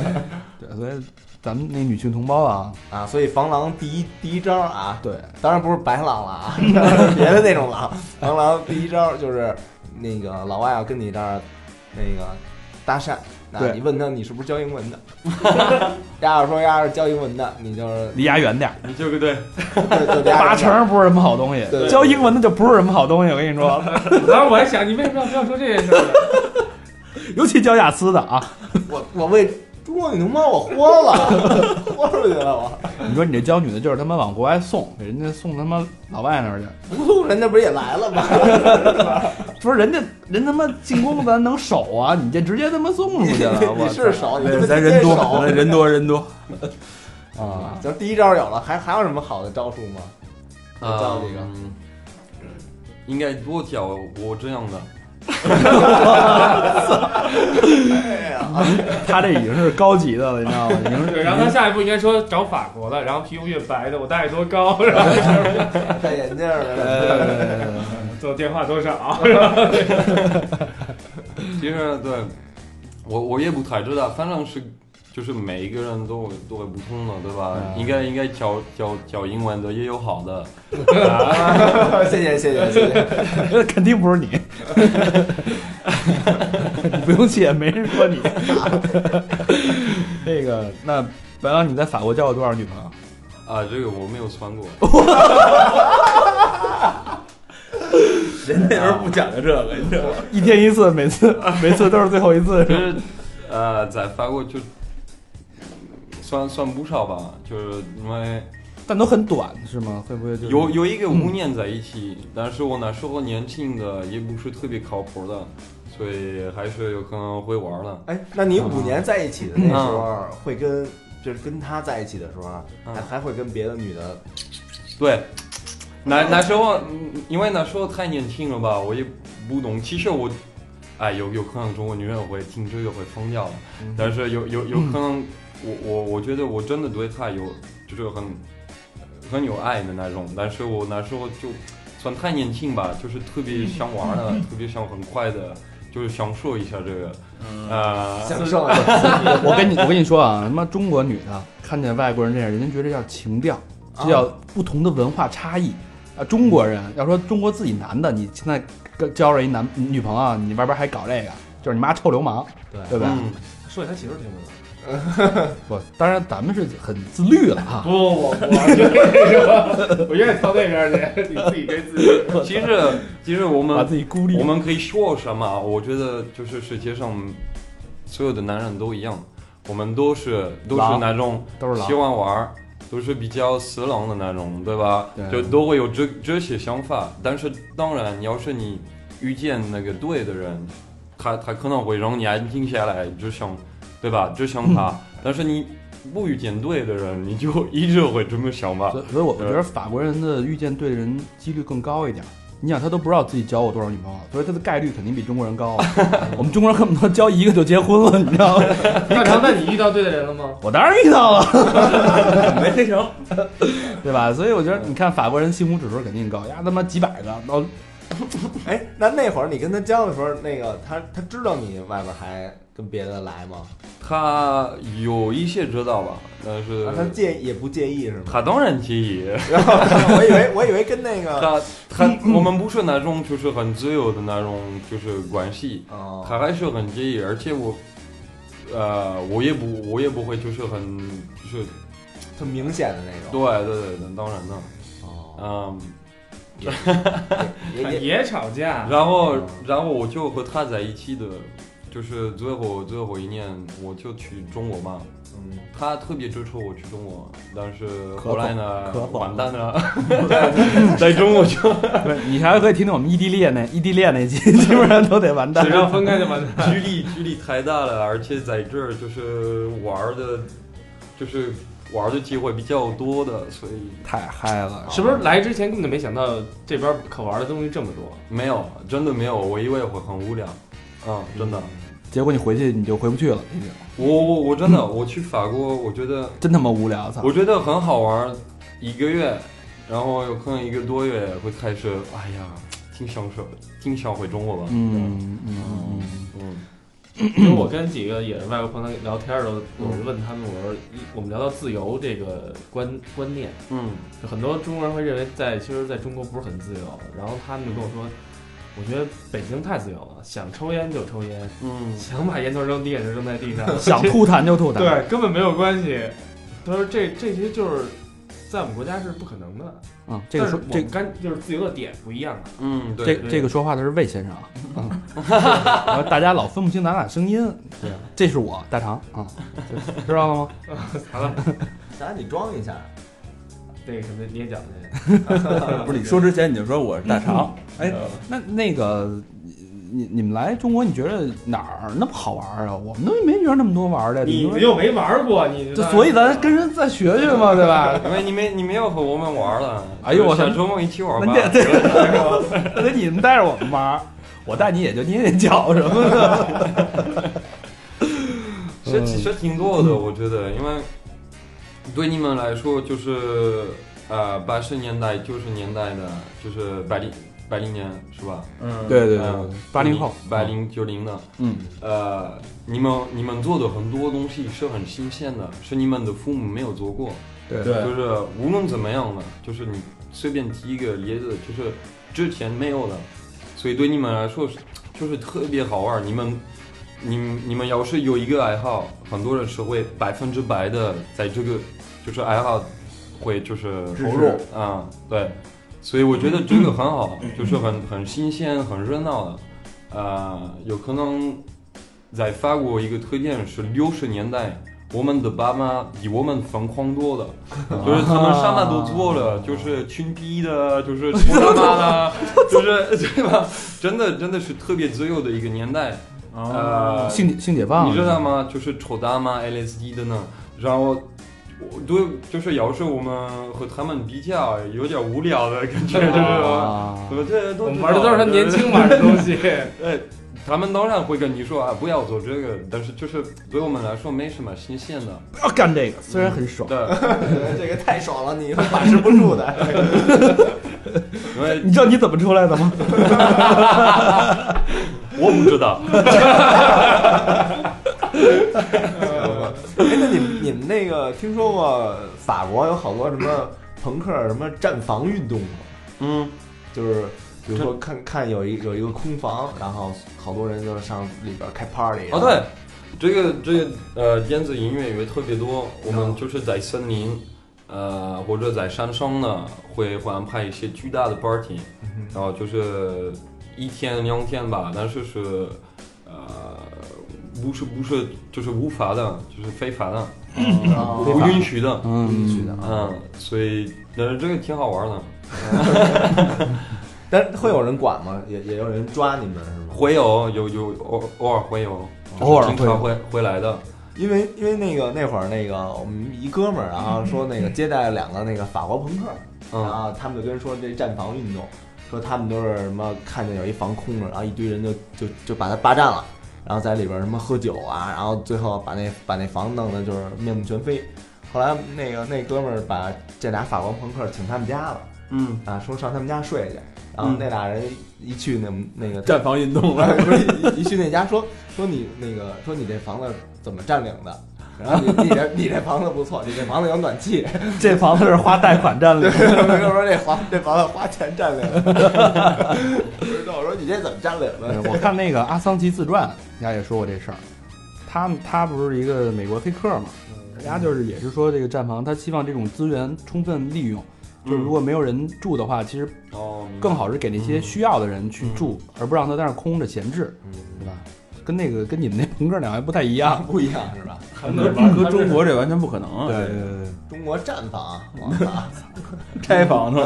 Speaker 2: 所以咱们那女性同胞啊，
Speaker 4: 啊。所以防狼第一第一招啊，
Speaker 2: 对，
Speaker 4: 当然不是白狼
Speaker 2: (laughs)
Speaker 4: 了啊，别的那种狼，防狼第一招就是那个老外要跟你这儿那个搭讪。那
Speaker 2: 对
Speaker 4: 你问他你是不是教英文
Speaker 2: (laughs)
Speaker 4: 的？丫要说丫是教英文的，你就是
Speaker 2: 离牙远点儿，
Speaker 6: 你这个对，
Speaker 4: 就就俩人
Speaker 2: 八成不是什么好东西
Speaker 4: 对。
Speaker 2: 教英文的就不是什么好东西，我跟你说，
Speaker 3: 当时我还想，你为什么要非要说这件事儿呢？ (laughs)
Speaker 2: 尤其教雅思的啊，
Speaker 4: 我我为中国女同胞我豁了，豁出去了我。
Speaker 2: 你说你这教女的，就是他妈往国外送，给人家送他妈老外那儿去，
Speaker 4: 不送人家不是也来了吗？
Speaker 2: 不是人家人他妈进攻咱能守啊，你这直接他妈送出去了，
Speaker 4: 你
Speaker 2: 我
Speaker 4: 是少，你
Speaker 5: 咱人多，
Speaker 2: 啊
Speaker 5: 咱 (laughs) 人多人多。
Speaker 2: 操啊，
Speaker 4: 咱第一招有了，还还有什么好的招数
Speaker 2: (laughs)
Speaker 4: 吗？造这个
Speaker 6: 嗯，应该多教我这样的。
Speaker 2: 他这已经是高级的了，你知道吗？已经
Speaker 3: 对，
Speaker 2: 是
Speaker 3: 然后他下一步应该说找法国的，然后皮肤越白的，我大概多高，然后
Speaker 4: 戴眼镜的，
Speaker 2: 呃，
Speaker 3: 做电话多少，
Speaker 6: 其实对，我我也不太知道，反正是就是每一个人都都有不同的，对吧？
Speaker 2: 嗯
Speaker 6: 应该应该教教教英文的也有好的，
Speaker 2: 呃
Speaker 4: (laughs) 谢谢谢谢谢谢。
Speaker 2: 肯定不是你， (laughs) 你不用谢，没人说你。 (laughs) 那个，那白狼，你在法国交过多少女朋友？
Speaker 6: 啊，这个我没有穿过。
Speaker 5: 人那时候不讲究这个，你知道吗？
Speaker 2: 一天一次，每次每次都是最后一次，是
Speaker 6: 就
Speaker 2: 吧？
Speaker 6: 是呃，在法国就算算不少吧，就是因为
Speaker 2: 但都很短，是吗？会不会就是
Speaker 6: 有有一个五年在一起，但是我那时候年轻的也不是特别靠谱的，所以还是有可能会玩的。
Speaker 4: 哎，那你五年在一起
Speaker 6: 嗯
Speaker 4: 的那时候，啊会跟就是跟他在一起的时候，啊
Speaker 6: 嗯
Speaker 4: 还还会跟别的女的
Speaker 6: 对，那那时候，嗯因为那时候太年轻了吧，我也不懂。其实我，哎，有有可能中国女人会听这个会疯掉了，但是有有有可能我，我我觉得我真的对她有就是很很有爱的那种，但是我那时候就算太年轻吧，就是特别想玩儿的，特别想很快的，就是享受一下这个，呃，
Speaker 4: 享受
Speaker 6: (laughs)
Speaker 4: 一下，
Speaker 2: (laughs) 我跟你我跟你说啊，他妈中国女的看见外国人这样，人家觉得叫情调，这叫不同的文化差异。啊，中国人要说中国自己男的，你现在跟交着一男女朋友，啊你外边还搞这个，就是你妈臭流氓，
Speaker 4: 对
Speaker 2: 对吧？
Speaker 6: 嗯
Speaker 3: 说给他媳妇儿听的。
Speaker 2: 不，当然咱们是很自律了啊
Speaker 3: 不，。我我就是说，我愿意跳那边去，你自己跟自己。
Speaker 6: 其实其实我
Speaker 2: (laughs) 把
Speaker 6: 们
Speaker 2: 自己孤立
Speaker 6: 我，们可以说什么？我觉得就是世界上所有的男人都一样，我们都是都是
Speaker 2: 狼
Speaker 6: 那种
Speaker 2: 都是
Speaker 6: 喜
Speaker 2: 狼，
Speaker 6: 欢玩儿，都是比较死狼的那种，对吧？
Speaker 2: 对
Speaker 6: 就都会有这这些想法。但是当然，要是你遇见那个对的人，他他可能会让你安静下来，就想，对吧？就想他。
Speaker 2: 嗯
Speaker 6: 但是你不遇见对的人，你就一直会这么想吧
Speaker 2: 所。以所以我我觉得法国人的遇见对人几率更高一点。
Speaker 6: 嗯
Speaker 2: 你想，他都不知道自己交过多少女朋友，所以他的概率肯定比中国人高啊。 (laughs) 我们中国人恨不得交一个就结婚了，你知道吗？
Speaker 3: 那成，那你遇到对的人了吗？
Speaker 2: 我当然遇到了， (laughs)
Speaker 5: 没黑成。
Speaker 2: 对吧？所以我觉得，你看法国人幸福指数肯定高，呀他妈几百个，老
Speaker 4: 哎，那那会儿你跟他交的时候，那个他他知道你外边还跟别的来吗？
Speaker 6: 他有一些知道吧，但是
Speaker 4: 啊他介也不介意是吗？
Speaker 6: 呃他当然介意。
Speaker 4: 然后 (laughs) 我以为我以为跟那个
Speaker 6: 他他
Speaker 2: 嗯
Speaker 6: 我们不是那种就是很自由的那种就是关系，
Speaker 4: 哦
Speaker 6: 他还是很介意，而且我，呃，我也不，我也不会，就是很，就是，
Speaker 4: 很明显的那种
Speaker 6: 对对对，对当然了，
Speaker 4: 哦，
Speaker 6: 嗯，
Speaker 4: 也
Speaker 6: 哎
Speaker 4: 也
Speaker 3: 也吵架，
Speaker 6: 然后然后我就和他在一起的，就是最后最后一年我就去中国嘛，
Speaker 4: 嗯
Speaker 6: 他特别支持我去中国，但是
Speaker 2: 可
Speaker 6: 后来呢
Speaker 2: 可，否
Speaker 6: 完蛋了，在中国就
Speaker 2: 不是，你还可以听听我们异地恋那异地恋那期，基本上都得完蛋
Speaker 3: 只。要分开就
Speaker 2: (laughs)
Speaker 3: 完蛋。
Speaker 2: 嗯
Speaker 6: 距离距离太大了，而且在这儿就是玩儿的，就是玩儿的机会比较多的，所以
Speaker 2: 太嗨了，
Speaker 3: 是不是来之前根本就没想到这边可玩的东西这么多？
Speaker 6: 没有，真的没有，我以为我很无聊，嗯，真的。
Speaker 2: 结果你回去你就回不去了，已经
Speaker 6: 我我我真的我去法国，我觉得
Speaker 2: 真他妈无聊，操！
Speaker 6: 我觉得很好玩儿，一个月，然后有可能一个多月会开始，哎呀，挺享受，挺想回中国吧。
Speaker 2: 嗯嗯嗯嗯，
Speaker 6: 嗯，
Speaker 3: 因为我跟几个也是外国朋友聊天的时候，我就问他们，我说一我们聊到自由这个观观念，
Speaker 6: 嗯，
Speaker 3: 就很多中国人会认为在其实在中国不是很自由，然后他们就跟我说，我觉得北京太自由了，想抽烟就抽烟，
Speaker 6: 嗯，
Speaker 3: 想把烟头扔地下就扔在地上，
Speaker 2: 想
Speaker 3: 这
Speaker 2: 吐痰就吐痰。，
Speaker 3: 对根本没有关系。他说这这些就是在我们国家是不可能的，
Speaker 2: 嗯，这个说
Speaker 3: 但是我
Speaker 2: 这
Speaker 3: 们干就是自由的点不一样啊。
Speaker 6: 嗯，对，
Speaker 2: 这
Speaker 3: 对
Speaker 2: 这个说话的是魏先
Speaker 3: (laughs)
Speaker 2: 生啊，嗯然后大家老分不清咱俩声音，对，啊这是我大肠
Speaker 3: (laughs)
Speaker 2: 啊，就知道了吗？
Speaker 3: 好了，
Speaker 4: 啥你装一下， (laughs)
Speaker 3: 那个什么捏脚去，
Speaker 5: 不是
Speaker 3: (laughs)
Speaker 5: 你说之前你就说我是大肠，
Speaker 2: 哎，
Speaker 3: 嗯
Speaker 2: 那那个你你们来中国，你觉得哪儿那么好玩啊？我们都没觉得那么多玩的，
Speaker 3: 你
Speaker 2: 们
Speaker 3: 又没玩过，你
Speaker 2: 就所以咱跟人再学学嘛，对吧？ (laughs)
Speaker 6: 因为你们你们要和我们玩儿了，
Speaker 2: 哎呦我操
Speaker 6: 想周末一起玩儿吧。
Speaker 2: 那对，那得你们带着我们玩儿，我带你也就捏捏脚什么的。
Speaker 6: 是其实挺多的，我觉得，因为对你们来说，就是呃八十年代、九十年代的，就是八零八零年是吧？
Speaker 5: 嗯，
Speaker 2: 对对对
Speaker 6: 嗯，
Speaker 2: 八零后，
Speaker 6: 八零九零的，
Speaker 2: 嗯，
Speaker 6: 呃，你们你们做的很多东西是很新鲜的，是你们的父母没有做过，
Speaker 2: 对
Speaker 5: 对
Speaker 6: 就是无论怎么样呢，就是你随便提一个例子，就是之前没有的，所以对你们来说是就是特别好玩儿。你们，你们你们要是有一个爱好，很多人是会百分之百的在这个就是爱好会就是
Speaker 4: 支持
Speaker 6: 投入啊、对，所以我觉得这个很好，
Speaker 4: 嗯
Speaker 6: 就是很很新鲜、很热闹的。呃，有可能在法国一个特点是六十年代。我们的爸妈比我们疯狂
Speaker 4: (laughs)
Speaker 6: 多了，就是他们什么都做了，就是群批的，就是抽大麻
Speaker 4: (laughs)
Speaker 6: 的，就是 (laughs) 对吧？真的真的是特别自由的一个年代，
Speaker 4: 哦
Speaker 6: 呃，
Speaker 2: 性解性解放，
Speaker 6: 你知道吗？就是抽大麻、LSD 的呢，然后。我对，就是要是我们和他们比较，有点无聊的感觉，就是说，
Speaker 2: 啊
Speaker 6: 我这都
Speaker 3: 我
Speaker 6: 知
Speaker 3: 们
Speaker 6: 道
Speaker 3: 玩的都是他年轻玩的东西。
Speaker 6: 呃，他们当然会跟你说啊，不要做这个，但是就是对我们来说没什么新鲜的。
Speaker 2: 不要啊干这个，虽然很爽。 (laughs)
Speaker 6: 对，
Speaker 4: 这个太爽了，你是把持不住的。
Speaker 6: 因为
Speaker 2: 你知道你怎么出来的吗？
Speaker 6: 我不
Speaker 3: (laughs)
Speaker 6: 知道，
Speaker 4: (laughs) 哎，那你们你们那个听说过法国有好多什么朋克什么战防运动嘛，
Speaker 6: 嗯，
Speaker 4: 就是比如说看看有一有一个空房，然后好多人就上里边开 party 啊
Speaker 6: 哦对，，这个这个呃电子音乐也特别多，我们就是在森林，呃或者在山上呢会会安排一些巨大的 party，
Speaker 2: 嗯
Speaker 6: 然后就是一天两天吧，但是是呃不是不是就是无法的，就是非法的，嗯
Speaker 4: 然后啊
Speaker 6: 不允许的，
Speaker 2: 嗯
Speaker 4: 去，的，
Speaker 6: 嗯，所以但是这个挺好玩的。
Speaker 4: 但会有人管吗？也也有人抓你们是吗？
Speaker 6: 会有有有偶偶尔会有，就是
Speaker 2: 偶尔
Speaker 6: 经
Speaker 2: 会有
Speaker 6: 常会会来的。
Speaker 4: 因为因为那个那会儿那个我们一哥们儿啊说那个接待了两个那个法国朋克，然
Speaker 6: 嗯，
Speaker 4: 后他们就跟人说这战防运动，说他们都是什么看见有一房空着，然后一堆人就就就把它霸占了，然后在里边什么喝酒啊，然后最后把那把那房弄得就是面目全非。后来那个那哥们儿把这俩法国朋克请他们家了，
Speaker 6: 嗯，
Speaker 4: 啊，说上他们家睡去。然后那俩人一去那那个啊
Speaker 5: 嗯战防运动了，
Speaker 4: 不是一去那家说说你那个说你这房子怎么占领
Speaker 5: (laughs)
Speaker 4: 的？然后你你这你这房子不错，你这房子有暖气。
Speaker 2: (laughs) 这房子是花贷款占领
Speaker 4: (laughs) 对，，我就说这房这房子花钱占领的。不知道我说你这怎么占领
Speaker 2: (laughs) 对
Speaker 4: 的？
Speaker 2: 我看那个《阿桑奇自传》，人家也说过这事儿。他们他不是一个美国黑客嘛，
Speaker 6: 嗯
Speaker 2: 人家就是也是说这个战房，他希望这种资源充分利用。
Speaker 6: 嗯
Speaker 2: 就是如果没有人住的话，其实
Speaker 6: 哦，明白
Speaker 2: 更好是给那些需要的人去
Speaker 6: 嗯
Speaker 2: 住，而不让他在那儿空着闲置，对吧？跟那个跟你们那朋克两还不太一
Speaker 6: (laughs)
Speaker 2: 样。
Speaker 4: (laughs) 不一样是吧？
Speaker 3: 韩
Speaker 5: 搁
Speaker 3: 国玩
Speaker 5: 搁中国这完全不可能 (laughs) 啊！
Speaker 2: 对对
Speaker 4: 中国战房，啊我操！
Speaker 5: 拆房子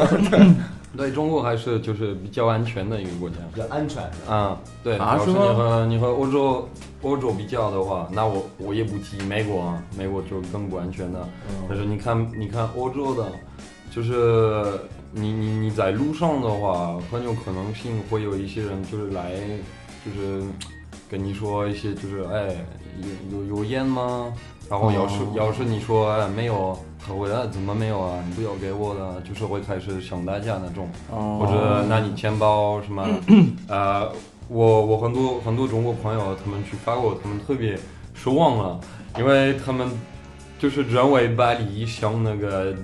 Speaker 6: 对中国还是就是比较安全的一个国家。
Speaker 4: 比较安全是吧？
Speaker 6: 嗯，对。
Speaker 5: 啊
Speaker 6: 要是
Speaker 5: 是
Speaker 6: 你
Speaker 5: 吗
Speaker 6: 和你和欧洲欧洲比较的话，那我我也不提美国，啊，美国就更不安全了。
Speaker 4: 嗯
Speaker 6: 但是你看你看欧洲的，就是你你你在路上的话，很有可能性会有一些人就是来就是跟你说一些就是哎有有有烟吗？然后要
Speaker 5: 哦
Speaker 6: 是、要是你说哎没有，他会哎怎么没有啊？你不要给我的，就是会开始想代价那种。
Speaker 5: 哦
Speaker 6: 或者拿你钱包什么，呃，我我很多很多中国朋友，他们去法国，他们特别失望了，因为他们就是认为巴黎像那个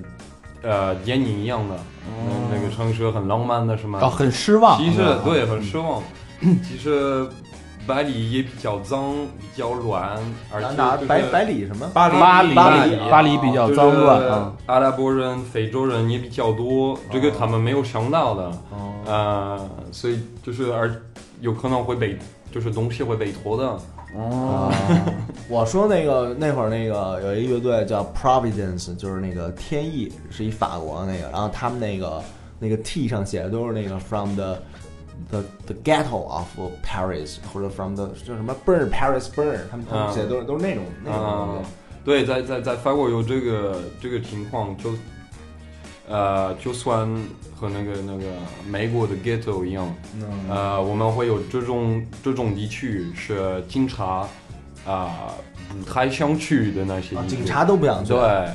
Speaker 6: 呃电影一样的，那那个城市很浪漫的什么，
Speaker 2: 啊，很失望。
Speaker 6: 其实对很失望，其实巴黎也比较脏，比较乱，而且、
Speaker 4: 哪
Speaker 6: 就
Speaker 4: 哪
Speaker 6: 是、
Speaker 4: 百百里什么？
Speaker 5: 巴黎
Speaker 2: 巴黎
Speaker 6: 巴黎
Speaker 2: 巴黎比较脏乱啊。
Speaker 6: 就是阿拉伯人、非洲人也比较多，这个他们没有想到的，
Speaker 2: 哦
Speaker 6: 呃，所以就是而有可能会被就是东西会被偷的，
Speaker 5: 哦
Speaker 4: 啊，我说那个那会儿那个有一乐队叫 Providence，就是那个天意，是一法国那个，然后他们那个那个 T 上写的都是那个 from the the the ghetto of Paris 或者 from the 叫什么 burn Paris burn，他们他们写的都是、都是那种那种东
Speaker 6: 啊
Speaker 4: 西。，
Speaker 6: 对，在在在法国有这个这个情况，就呃，就算和那个那个美国的 ghetto 一样，
Speaker 4: 嗯
Speaker 2: 嗯
Speaker 6: 呃，我们会有这种这种地区是警察啊、不太想去的那些地
Speaker 4: 啊
Speaker 6: 区，
Speaker 4: 警察都不想去，
Speaker 6: 对，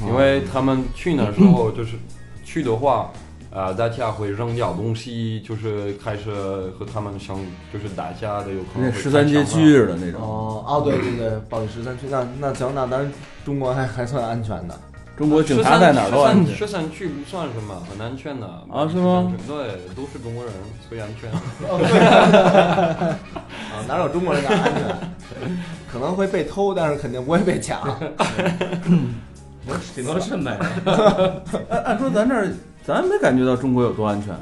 Speaker 6: 因为他们去那时候
Speaker 5: 嗯
Speaker 6: 就是去的话，呃，大家会扔掉东西，就是开始和他们相就是打架的，有可能
Speaker 5: 那
Speaker 6: 会
Speaker 5: 十三
Speaker 6: 开枪
Speaker 5: 街
Speaker 6: 啊
Speaker 5: 区似的那种，
Speaker 4: 哦哦，对对对，暴力十三区，那那行，那咱中国还还算安全的。
Speaker 5: 中国警察在哪儿都安全。
Speaker 6: 十三区不算什么，很安全的
Speaker 5: 啊是吗？
Speaker 6: 对，都是中国人，所以安全。
Speaker 4: 哦 (laughs) 啊，哪有中国人敢安全？ (laughs) 可能会被偷，但是肯定不会被抢。
Speaker 3: (laughs) 挺多肾呗。 (laughs)
Speaker 5: 按按说咱这儿咱没感觉到中国有多安全啊，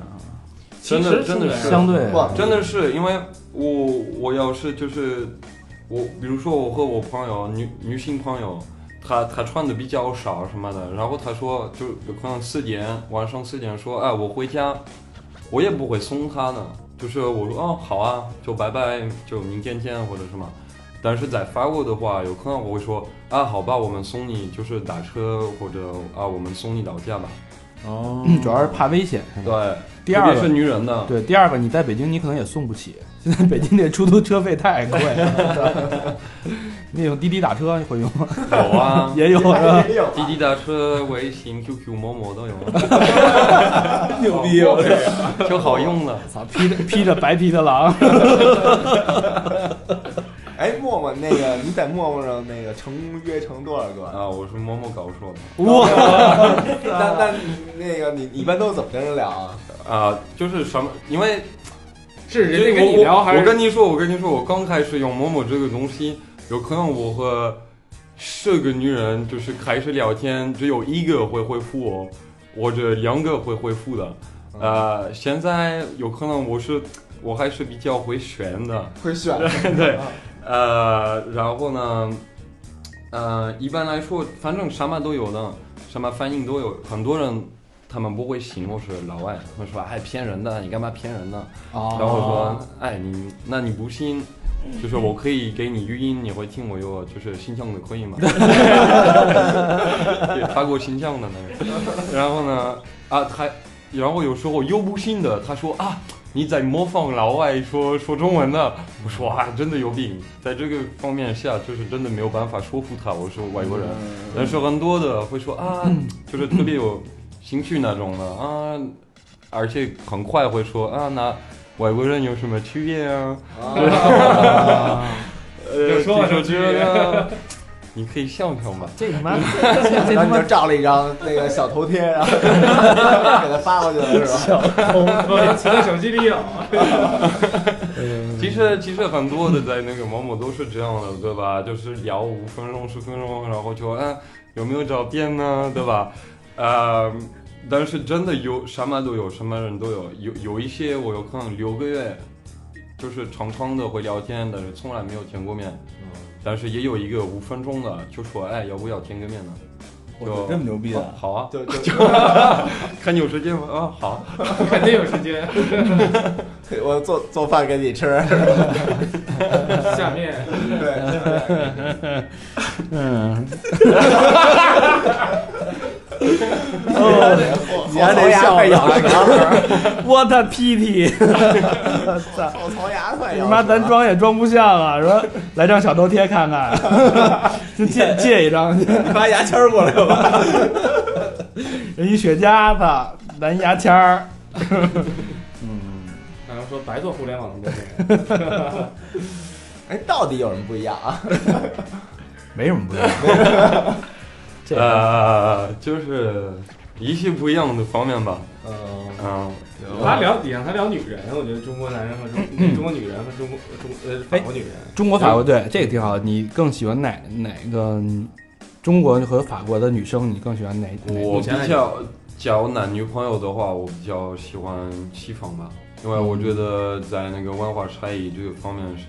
Speaker 3: 其
Speaker 6: 真的
Speaker 3: 实
Speaker 6: 真的是
Speaker 2: 相对
Speaker 4: 不，
Speaker 6: 真的是因为我我要是就是我，比如说我和我朋友女女性朋友，她她穿的比较少什么的，然后她说就有可能四点晚上四点说哎我回家，我也不会送她呢，就是我说哦好啊就拜拜就明天见或者什么。但是在法国的话，有可能我会说啊，好吧，我们送你，就是打车或者啊，我们送你到家吧。
Speaker 5: 哦，
Speaker 2: 嗯主要是怕危险。是吧
Speaker 6: 对，
Speaker 2: 第二
Speaker 6: 特别是
Speaker 2: 个，
Speaker 6: 女人 (laughs) 的，
Speaker 2: 对第二个，你在北京你可能也送不起，现在北京这出租车费太贵了。 (laughs) 那种滴滴打车会用吗？
Speaker 6: 有啊，
Speaker 2: 也有是吧？
Speaker 4: 也有
Speaker 6: 滴滴打车、微信、QQ、某某都有， (laughs)
Speaker 5: 牛逼哦！这个
Speaker 6: 就好用了。
Speaker 2: 操，披着披着白皮的狼，
Speaker 4: 哎，默默，默那个你在陌陌上那个成功约成多少个？
Speaker 6: 啊，我是摸摸搞硕的
Speaker 4: 那那你那个你你一般都怎么跟人聊啊？
Speaker 6: 啊，就是什么，因为
Speaker 3: (laughs) 是人家
Speaker 6: 就是
Speaker 3: 跟你
Speaker 6: 我
Speaker 3: 聊
Speaker 6: 我
Speaker 3: 还是
Speaker 6: 我跟你说，我跟你说，我刚开始用陌陌这个东西，有可能我和十个女人就是开始聊天，只有一个会回复我，或者两个会回复的。呃，现在有可能我是我还是比较会选的，
Speaker 4: 会选
Speaker 6: 对，呃，然后呢，呃，一般来说，反正什么都有的，什么反应都有。很多人他们不会信，或是老外他们说，哎，骗人的，你干嘛骗人呢？
Speaker 2: 哦
Speaker 6: 然后我说，哎，你那你不信，就是我可以给你语音，你会听我有就是新疆的可以吗？ (laughs) 也发过新疆的那个。然后呢，啊，他，然后有时候又不信的，他说啊，你在模仿老外说说中文呢。我说啊，真的有病，在这个方面下，就是真的没有办法说服他。我说外国人，但是很多的会说啊，就是特别有兴趣那种的啊，而且很快会说啊，那外国人有什么区别啊？ (laughs) 呃，
Speaker 3: 就说吧
Speaker 6: 这首
Speaker 3: 这区别
Speaker 6: 歌呢， (laughs) 你可以笑笑吧。
Speaker 2: 这他 (laughs) 妈
Speaker 4: 然后你就照了一张那个小头贴，然后 (laughs) 给他发过去了，是吧？
Speaker 3: 我存在手机里有。 (laughs) 嗯
Speaker 6: 其实其实很多的在那个某某都是这样的，对吧？就是聊五分钟十分钟，然后就啊有没有照片呢，对吧？呃，但是真的有什么都有，什么人都有，有有一些我有可能六个月，就是常常的会聊天，但是从来没有见过面。
Speaker 3: 嗯
Speaker 6: 但是也有一个五分钟的，就说哎要不要见个面呢？
Speaker 5: 我操这么牛逼
Speaker 6: 哦
Speaker 5: 的，
Speaker 6: 好啊，
Speaker 4: 就就
Speaker 6: 看你有时间吗？啊好，
Speaker 3: 肯定有时间。 (laughs)
Speaker 4: 我做做饭给你吃，
Speaker 3: 下面
Speaker 4: 对，
Speaker 2: 嗯，
Speaker 4: 你还得笑
Speaker 5: 快咬
Speaker 4: 了，
Speaker 2: 我的 PT，我 (laughs) 操！
Speaker 4: 我槽牙快
Speaker 2: 你
Speaker 4: 咬了。
Speaker 2: 妈，咱装也装不像啊！说来张小头贴看看， (laughs) 就借借一张去。
Speaker 5: 你发牙签儿过来吧。
Speaker 2: 人一雪茄子，蓝牙签儿，
Speaker 3: 然后说白做互联网的东 (laughs)
Speaker 4: 哎，到底有什么不一样啊？
Speaker 2: 没什么 (laughs) 不一样。这个
Speaker 6: 呃就是一些不一样的方面吧，
Speaker 4: 嗯，
Speaker 6: 嗯，
Speaker 3: 西，他聊你让他聊女人，我觉得中国男人和中中国女人和中国中呃法国女人，
Speaker 2: 中国法国对这个挺好。你更喜欢哪哪个？中国和法国的女生，你更喜欢哪？哪
Speaker 6: 嗯我
Speaker 3: 目
Speaker 6: 比
Speaker 3: 前来
Speaker 6: 较交男女朋友的话，我比较喜欢西方吧，因为我觉得在那个文化差异这个方面是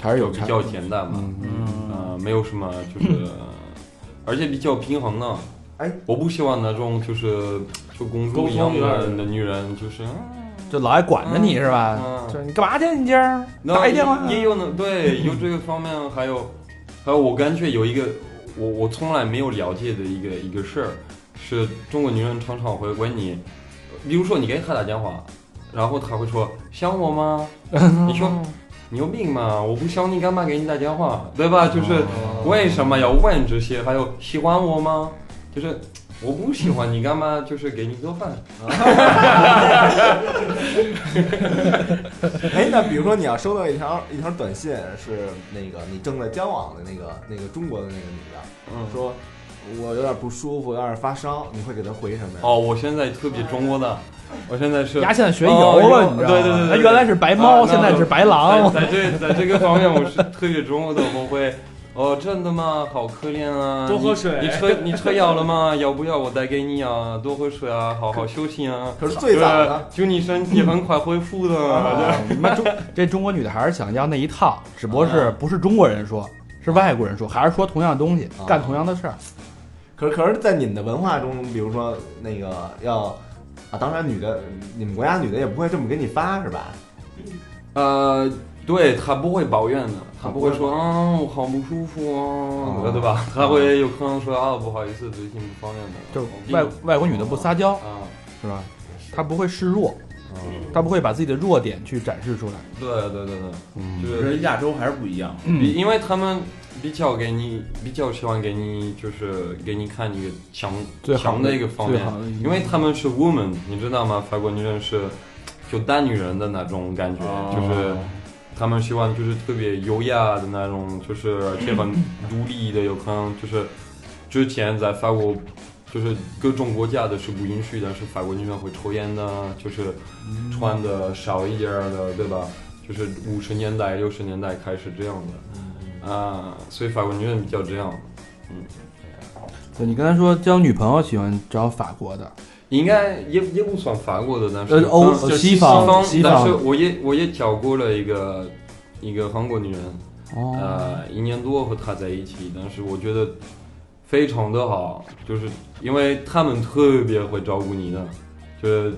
Speaker 2: 还是有
Speaker 6: 比
Speaker 2: 差
Speaker 6: 较简单嘛，
Speaker 2: 嗯，
Speaker 6: 呃，没有什么就是，
Speaker 2: (laughs)
Speaker 6: 而且比较平衡呢。
Speaker 4: 哎，
Speaker 6: 我不喜欢那种就是就公主一样
Speaker 3: 沟
Speaker 6: 的
Speaker 3: 通
Speaker 6: 的女人，就是
Speaker 2: 嗯就老爱管着你是吧？
Speaker 6: 嗯，
Speaker 2: 就是你干嘛去？你今儿打一电话啊
Speaker 6: 也有呢，对，有这个方面，还有还有，我感觉有一个我我从来没有了解的一个一个事儿，是中国女人常常会问你，比如说你给她打电话，然后她会说想我吗？
Speaker 2: (laughs)
Speaker 6: 你说你有病吗？我不想你，干嘛给你打电话？对吧？就是
Speaker 2: 哦
Speaker 6: 为什么要问这些？还有喜欢我吗？就是。我不喜欢你，干嘛就是给你做饭？
Speaker 4: 哎，那比如说你要收到一条一条短信，是那个你正在交往的那个那个中国的那个女的，
Speaker 6: 嗯，
Speaker 4: 说我有点不舒服，有点发烧，你会给她回什么呀？
Speaker 6: 哦，我现在特别中国的，我现在是
Speaker 2: 丫现在学油了，
Speaker 6: 哦
Speaker 2: 你知道吗？
Speaker 6: 对对对
Speaker 2: 他
Speaker 6: 对
Speaker 2: 原来是白猫，
Speaker 6: 啊那
Speaker 2: 现在是白
Speaker 6: 在
Speaker 2: 狼。
Speaker 6: 在这在这个方面，我是特别中国的，我会。哦，真的吗？好可怜啊！
Speaker 3: 多喝
Speaker 6: 你
Speaker 3: 水
Speaker 6: 你车你车要了吗？要不要我带给你啊？多喝水啊，好好休息啊。
Speaker 4: 可是最早呢，
Speaker 6: 祝你身体很快恢复的。
Speaker 2: 啊 (laughs) 你妈中这中国女的还是想要那一套，只不过
Speaker 6: 啊
Speaker 2: 是不是中国人说，是外国人说，还是说同样的东西，
Speaker 4: 啊
Speaker 2: 干同样的事儿。
Speaker 4: 可是可是在你们的文化中，比如说那个要啊，当然女的，你们国家女的也不会这么给你发是吧？
Speaker 2: 嗯
Speaker 6: 呃，对他不会抱怨的，他不会说
Speaker 4: 啊
Speaker 2: 嗯
Speaker 6: 啊，我好不舒服啊，
Speaker 4: 啊
Speaker 6: 对吧？他会有可能说啊，不好意思，最近不方便的。
Speaker 2: 就是
Speaker 6: 我
Speaker 2: 外外国女的不撒娇，
Speaker 6: 啊，
Speaker 2: 是吧？她不会示弱，
Speaker 6: 嗯
Speaker 2: 她不会把自己的弱点去展示出来。
Speaker 6: 对对对对，
Speaker 2: 嗯
Speaker 6: 就
Speaker 5: 就是是亚洲还是不一样，
Speaker 6: 比因为他们比较给你比较喜欢给你就是给你看一个强
Speaker 2: 最好
Speaker 6: 强的一个方面
Speaker 2: 最好的一，个
Speaker 6: 因为他们是
Speaker 2: 哦
Speaker 6: woman，你知道吗？法国女人是就大女人的那种感觉，就是他们喜欢就是特别优雅的那种，就是而且很独立的，有可能就是之前在法国，就是各种国家的是不允许的，是法国女生会抽烟的，就是穿的少一点儿的，对吧？就是五十年代、六十年代开始这样的，啊，所以法国女生比较这样。
Speaker 2: 对你刚才说交女朋友喜欢找法国的，
Speaker 6: 应该也也不算法国的，但是
Speaker 2: 呃欧
Speaker 6: 就是
Speaker 2: 西方
Speaker 6: 方
Speaker 2: 西
Speaker 6: 但是
Speaker 2: 方
Speaker 6: 我也我也找过了一个一个韩国女人，
Speaker 2: 哦， (laughs)
Speaker 6: 呃，一年多和她在一起，但是我觉得非常的好，就是因为他们特别会照顾你的，就是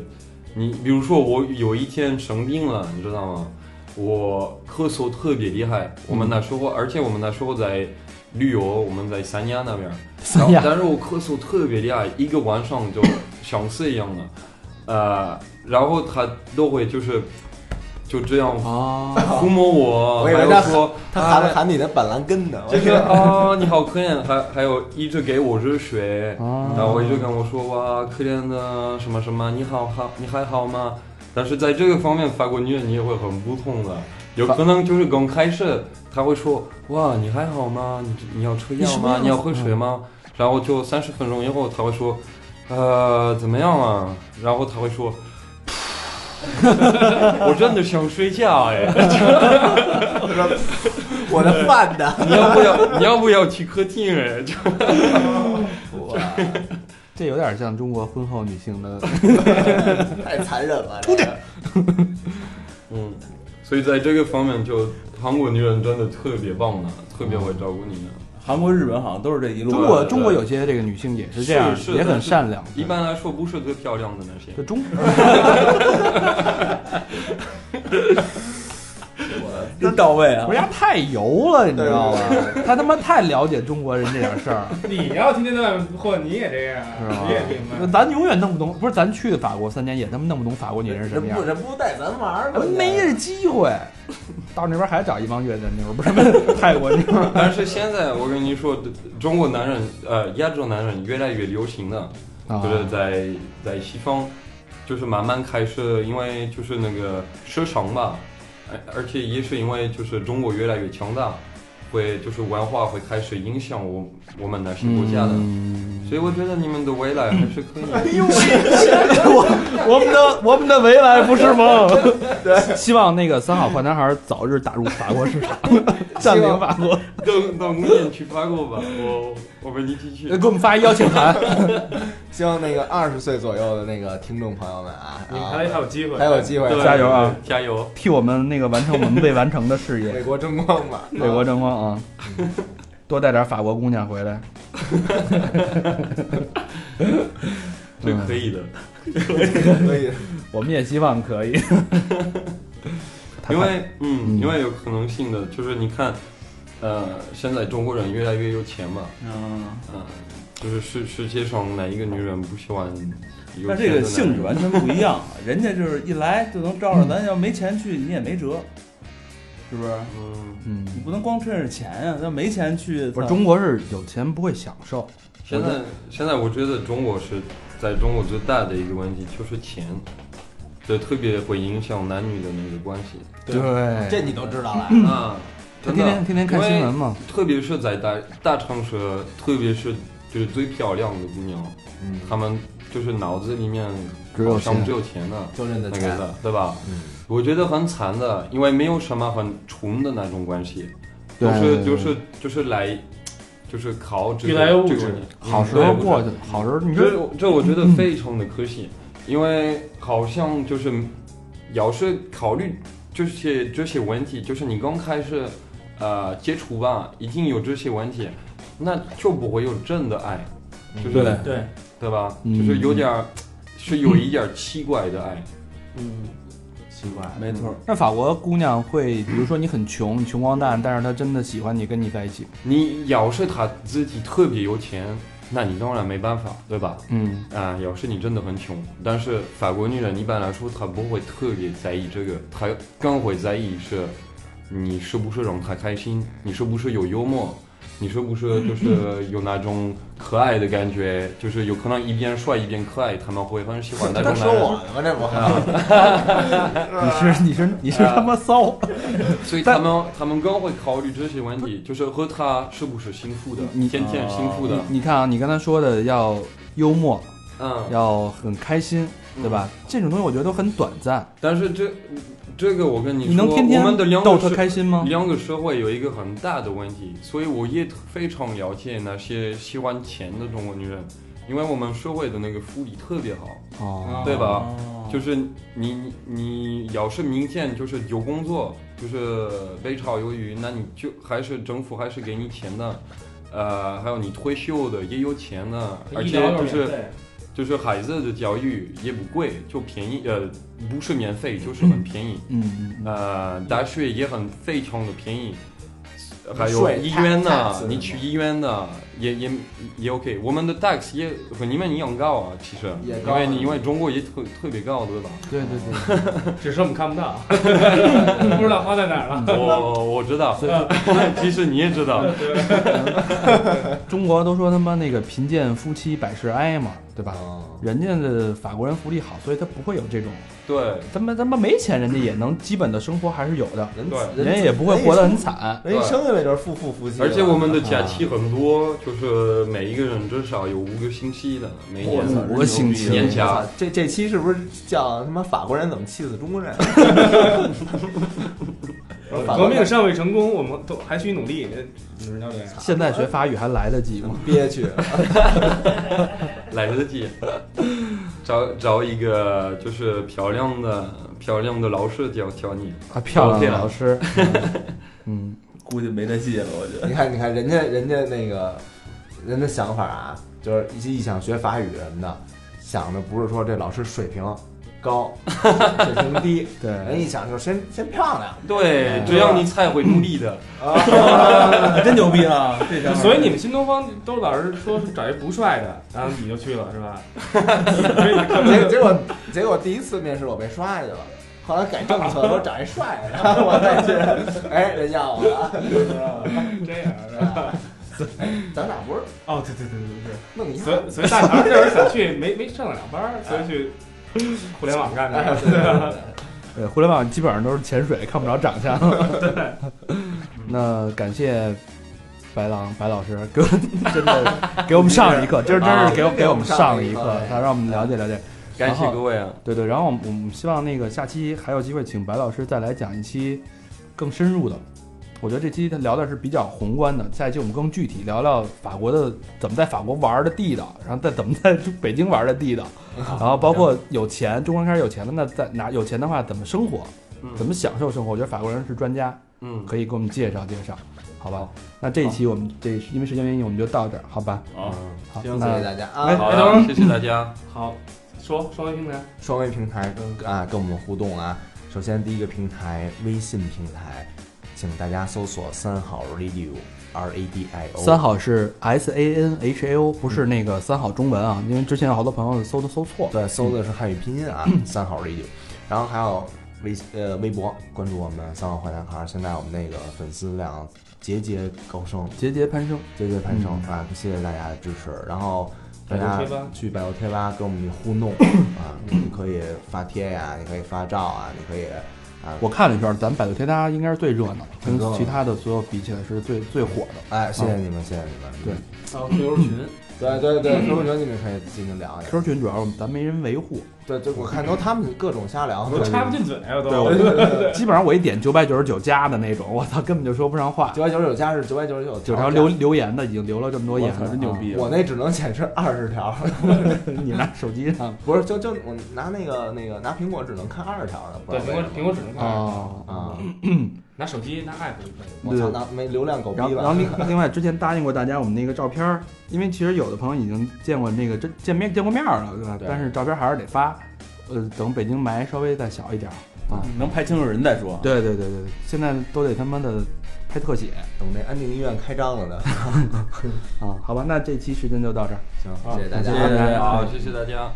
Speaker 6: 你比如说我有一天生病了，你知道吗？我咳嗽特别厉害，我
Speaker 2: 嗯
Speaker 6: 们那时候，而且我们那时候在旅游，我们在三亚那边，
Speaker 2: 三亚
Speaker 6: 然后但是我咳嗽特别厉害，一个晚上就像死一样的，呃，然后他都会就是就这样
Speaker 2: 哦，
Speaker 6: 抚摸我，
Speaker 4: 啊我以
Speaker 6: 还
Speaker 4: 为
Speaker 6: 有
Speaker 4: 他
Speaker 6: 说
Speaker 4: 他
Speaker 2: 啊
Speaker 4: 喊
Speaker 6: 哎
Speaker 4: 了喊你的板蓝根呢，我
Speaker 6: 就是啊，你好可怜，还还有一直给我热
Speaker 4: 啊
Speaker 6: 水，
Speaker 2: 哦
Speaker 6: 然后我一直跟我说哇，可怜的什么什么，你好好，你还好吗？但是在这个方面，法国女人你也会很不同的，有可能就是刚开始她会说哇，你还好吗？你你要吃
Speaker 2: 你
Speaker 6: 药
Speaker 2: 什么
Speaker 6: 吗？
Speaker 2: 样
Speaker 6: 你要喝水吗？然后就三十分钟以后，她会说呃怎么样啊？然后她会说。 (laughs) 我真的想睡觉哎！
Speaker 4: 我的饭呢？
Speaker 6: 你要不要？你要不要去客厅哎？就
Speaker 2: 这有点像中国婚后女性的，
Speaker 4: 太残忍了，出去。
Speaker 6: 嗯，所以在这个方面就，韩国女人真的特别棒的，特别会照顾你的。
Speaker 5: 韩国、日本好像都是这一路。
Speaker 2: 中国中国有些这个女性也是这样，
Speaker 6: 是是
Speaker 2: 也很
Speaker 6: 但是
Speaker 2: 善良。
Speaker 6: 一般来说不是最漂亮的那些
Speaker 2: 就。中，
Speaker 5: 真到位啊
Speaker 2: 国！家太油了，你知道吗
Speaker 4: 对？
Speaker 2: (laughs) 他他妈太了解中国人这点事儿，
Speaker 7: 你要天天在外面混，你也这样
Speaker 2: 是吧，
Speaker 7: 你也明白。
Speaker 2: 咱永远弄不懂，不是咱去的法国三年也他妈弄不懂法国女人是什
Speaker 4: 人
Speaker 2: 么样
Speaker 4: 不，人不带咱玩儿吗
Speaker 2: 咱？没这机会。到那边还找一帮越南妞儿，不是不是泰国妞儿，
Speaker 6: 但是现在我跟你说，中国男人，呃，亚洲男人越来越流行了，
Speaker 2: 啊
Speaker 6: 就是在在西方，就是慢慢开始，因为就是那个市场吧，而而且也是因为就是中国越来越强大，会就是文化会开始影响我我们那些国家的，所以我觉得你们的未来还是可以的。
Speaker 2: 我们的我们的未来不是梦。对，希望那个三好坏男孩早日打入法国市场，占领法国。
Speaker 6: 等等五点去法国吧，我我们一起去
Speaker 2: 呃。给我们发一邀请函。
Speaker 4: 希望那个二十岁左右的那个听众朋友们啊，
Speaker 7: 你
Speaker 4: 啊
Speaker 7: 还还有机会，
Speaker 4: 还有机会
Speaker 6: 对
Speaker 2: 加油啊！
Speaker 6: 加油！
Speaker 2: 替我们那个完成我们未完成的事
Speaker 4: 为
Speaker 2: 业，
Speaker 4: 国争光吧。
Speaker 2: 为国争光啊！多带点法国姑娘回来，嗯
Speaker 6: 这可以的，
Speaker 4: (laughs) 所以
Speaker 2: 我们也希望可以。
Speaker 6: 因为嗯，
Speaker 2: 嗯
Speaker 6: 因为有可能性的，就是你看，呃，现在中国人越来越有钱嘛，
Speaker 5: 嗯，
Speaker 6: 嗯、就是世世界上哪一个女人不喜欢有钱的
Speaker 5: 但
Speaker 6: 男人？
Speaker 5: 这个性质完全不一样啊，人家就是一来就能招着咱，要没钱去你也没辙，是不是？
Speaker 6: 嗯，
Speaker 2: 嗯，
Speaker 5: 你不能光趁着钱呀、要没钱去，
Speaker 2: 不是
Speaker 5: 操
Speaker 2: 中国是有钱不会享受，
Speaker 6: 现在现在我觉得中国是在中国最大的一个问题就是钱，这特别会影响男女的那个关系
Speaker 2: 对，
Speaker 4: 这你都知道了，
Speaker 6: 啊。
Speaker 2: 他
Speaker 6: 真
Speaker 2: 天
Speaker 6: 的
Speaker 2: 天天天看
Speaker 6: 因为
Speaker 2: 新闻嘛。
Speaker 6: 特别是在大大城市，特别是就是最漂亮的姑娘，
Speaker 4: 嗯，
Speaker 6: 她们就是脑子里面
Speaker 2: 只有
Speaker 6: 好像
Speaker 2: 钱
Speaker 6: 只有钱的
Speaker 4: 就认得
Speaker 6: 那个
Speaker 4: 钱。
Speaker 6: 的，对吧？
Speaker 4: 嗯，
Speaker 6: 我觉得很惨的，因为没有什么很纯的那种关系，
Speaker 2: 对
Speaker 6: 都是
Speaker 2: 对对
Speaker 6: 就是就是来就是靠这
Speaker 7: 越
Speaker 6: 个
Speaker 7: 来越物
Speaker 6: 这
Speaker 7: 质
Speaker 6: 个
Speaker 2: 好时候过去，
Speaker 6: 了。
Speaker 2: 了，好时候你说
Speaker 6: 这这我觉得非常的可惜，因为好像就是，要是考虑这些这些问题，就是你刚开始，呃，接触吧，一定有这些问题，那就不会有真的爱，就是
Speaker 5: 对
Speaker 7: 对，
Speaker 6: 对吧？
Speaker 2: 嗯
Speaker 6: 就是有点儿， (sniffs) 是有一点儿奇怪的爱，
Speaker 7: 嗯，
Speaker 4: 奇怪，
Speaker 5: 没错儿，
Speaker 2: 那法国姑娘会，比如说你很穷，你穷光蛋，但是她真的喜欢你，跟你在一起。
Speaker 6: 你要是他自己特别有钱，那你当然没办法，对吧？
Speaker 2: 嗯，
Speaker 6: 啊、要是你真的很穷，但是法国女人一般来说她不会特别在意这个，她更会在意是，你是不是让她开心，你是不是有幽默，你是不是
Speaker 2: (laughs)
Speaker 6: 就是有那种可爱的感觉？就是有可能一边帅一边可爱，他们会很喜欢那
Speaker 4: 他
Speaker 6: 种
Speaker 4: 说
Speaker 6: 男人，
Speaker 4: 我呢吗？这不，
Speaker 2: 你是你是你是他妈骚，
Speaker 6: 所以他们他们更会考虑这些问题，就是和他是不是幸福的，
Speaker 2: 你
Speaker 6: 天天幸福的，
Speaker 2: (laughs) 你看啊，你刚才说的要幽默，
Speaker 6: 嗯，
Speaker 2: 要很开心，对吧？这种东西我觉得都很短暂，
Speaker 6: 但是这这个我跟你说，
Speaker 2: 你能天天
Speaker 6: 我们的两
Speaker 2: 逗
Speaker 6: 个
Speaker 2: 他
Speaker 6: 是
Speaker 2: 开心吗？
Speaker 6: 两个社会有一个很大的问题，所以我也非常了解那些喜欢钱的中国女人，因为我们社会的那个福利特别好，
Speaker 2: 哦，
Speaker 6: 对吧？就是你你你要是明天就是有工作，就是被炒鱿鱼，那你就还是政府还是给你钱的，呃，还有你退休的也有钱的，而
Speaker 7: 医
Speaker 6: 且
Speaker 7: 疗
Speaker 6: 就
Speaker 7: 又
Speaker 6: 是
Speaker 7: 免费，
Speaker 6: 就是孩子的教育也不贵，就便宜，呃，不是免费就是很便宜。
Speaker 2: 嗯嗯
Speaker 6: 呃，大学也很非常的便宜，还有
Speaker 4: 税
Speaker 6: 医
Speaker 4: ，tax，
Speaker 6: 院呢
Speaker 4: tax，
Speaker 6: 你去医院呢也也也 OK。我们的 tax 也和你们一样高啊，其实，
Speaker 4: 也
Speaker 6: 因
Speaker 4: 高啊
Speaker 6: 为你因为中国也特特别高，对吧？
Speaker 2: 嗯，对对对。 (laughs)
Speaker 7: 只是我们看不到，不知道花在哪儿了。
Speaker 6: 我我知道， (laughs) 其实你也知道，
Speaker 2: 中国都说他妈那个贫贱夫妻百事哀嘛，对吧？
Speaker 4: (laughs) 嗯
Speaker 2: 人家的法国人福利好，所以他不会有这种，
Speaker 6: 对
Speaker 2: 他妈他妈没钱，人家也能基本的生活还是有的，
Speaker 4: 人
Speaker 6: 对。
Speaker 2: 人家也不会活得很惨。
Speaker 4: 人一生下来就是啊夫妇夫妻的，啊
Speaker 6: 而且我们的假期很多，就是每一个人至少有五个星期的，每年
Speaker 5: 操
Speaker 2: 五个星期
Speaker 5: 人
Speaker 6: 年
Speaker 5: 牛逼
Speaker 4: 我 (laughs)
Speaker 6: 假
Speaker 4: 操。啊这这期是不是叫他妈法国人怎么气死中国 (laughs) 人？啊法国
Speaker 7: 革命
Speaker 4: 人
Speaker 7: 尚未成功，我们都还需努力。你们要这样，
Speaker 2: 现在学法语还来得及吗？
Speaker 4: 憋屈，
Speaker 6: 来得及，找找一个就是漂亮的漂亮的老师教教你。
Speaker 2: 啊，漂亮
Speaker 6: OK
Speaker 2: 的
Speaker 6: 了
Speaker 2: 老师， (laughs) 嗯，
Speaker 5: 估计没那戏了，我觉得。
Speaker 4: 你看你看人家人家那个人的想法啊，就是一一想学法语什么的，想的不是说这老师水平高， (laughs) 水平低，人
Speaker 2: 对，
Speaker 4: 一想就是先先漂亮
Speaker 6: 对，啊嗯只要你菜会努力的，
Speaker 5: 啊真牛逼啊！这想法
Speaker 7: 所以你们新东方都是老师说是找一不帅的，然后你就去了是吧？所以你看
Speaker 4: 结结果结果第一次面试我被刷下去了，后来改政策说找一帅的，然后我再去，哎，人要我了，哎
Speaker 7: 这样是吧？
Speaker 4: 咱俩不是
Speaker 7: 哦，对对对对
Speaker 4: 弄一
Speaker 7: 对，
Speaker 4: 样
Speaker 7: 所以所以大强就是想去没没上得了班儿，所以去互联网
Speaker 4: 哎
Speaker 7: 干的。
Speaker 2: 对，呃互联网基本上都是潜水，看不着长 (laughs) 相。那感谢白狼白老师给我真的给我们上了一 (laughs) 课，这真是给我啊给我们上了一课，他让我们了解了解。
Speaker 6: 感谢各位啊！
Speaker 2: 对对，然后我们我们希望那个下期还有机会请白老师再来讲一期更深入的。我觉得这期他聊的是比较宏观的，下一期我们更具体聊聊法国的怎么在法国玩的地道，然后再怎么在北京玩的地
Speaker 4: (laughs)
Speaker 2: 道，
Speaker 4: 嗯
Speaker 2: 然后包括有钱，中国人开始有钱了，那在哪有钱的话怎么生活，
Speaker 4: 嗯
Speaker 2: 怎么享受生活？我觉得法国人是专家，
Speaker 6: 嗯，
Speaker 2: 可以给我们介绍介绍，好吧？那这一期我们这因为时间原因我们就到这儿，好吧？
Speaker 5: 啊，
Speaker 2: 好，
Speaker 4: 行，谢谢
Speaker 2: 那
Speaker 4: 大家
Speaker 2: 哎
Speaker 4: 啊！
Speaker 6: 好了，谢谢大家。
Speaker 7: 好，说说回平台，
Speaker 4: 双微平台跟啊跟我们互动啊，首先第一个平台微信平台，请大家搜索三好 radio r a d
Speaker 5: 呃
Speaker 4: i o
Speaker 2: 三好是 S A N H A
Speaker 5: 嗯
Speaker 2: O，不是那个三好中文啊，因为之前有好多朋友搜都搜错了。
Speaker 4: 对，搜的是汉语拼音啊，三好 radio，然后还有微呃微博关注我们三好坏男孩，现在我们那个粉丝量节节高升，
Speaker 2: 节节攀升，
Speaker 4: 节节攀升、啊！谢谢大家的支持，然后大家
Speaker 7: 百度贴吧
Speaker 4: 去百度贴吧跟我们互动啊，你可以发贴呀、你可以发照啊，你可以啊，
Speaker 2: 我看了一圈，咱们百度贴吧应该是最热闹的，
Speaker 4: 挺热
Speaker 2: 跟
Speaker 4: 闹
Speaker 2: 其他的所有比起来是最最火的。
Speaker 4: 哎，谢谢你们，谢谢你们，
Speaker 7: 还有 QQ 群，
Speaker 4: 对对对对，说不定你们可以进行聊一聊。
Speaker 2: Q 群主要是咱没人维护，
Speaker 4: 对对，我看都他们各种瞎聊，
Speaker 7: 我都插不进嘴我都。
Speaker 4: 对对对对
Speaker 2: 基本上我一点九百九十九加的那种，我操，根本就说不上话。
Speaker 4: 九百九十九加是九百九十九
Speaker 2: 九条留留言的已经留了这么多言
Speaker 5: 我
Speaker 2: 了，
Speaker 5: 操真牛逼
Speaker 4: 我那只能显示二十条，
Speaker 2: (laughs) 你拿手机上
Speaker 4: 不是就就我拿那个那个拿苹果只能看二十条的，不
Speaker 7: 对，
Speaker 4: 知道
Speaker 7: 苹果
Speaker 4: 为什么
Speaker 7: 苹果嗯只能看，
Speaker 2: 哦。
Speaker 4: 啊，
Speaker 7: 拿手机拿 app 就可以。
Speaker 4: 我操，那没流量狗逼
Speaker 2: 然后，然后
Speaker 4: 了，
Speaker 2: 另 (laughs) 另外之前答应过大家，我们那个照片儿，因为其实有的朋友已经见过那个真见面见过面儿了，对吧？
Speaker 4: 对
Speaker 2: 但是照片还是得发，呃，等北京霾稍微再小一点儿。
Speaker 5: 能拍清楚人再说。啊
Speaker 2: 对对对对，对现在都得他妈的拍特写
Speaker 4: 等那安定医院开张了呢。
Speaker 2: 啊！好吧，那这期时间就到这儿。
Speaker 4: 行，谢谢大家
Speaker 5: 谢谢大家
Speaker 6: 好，谢谢大家。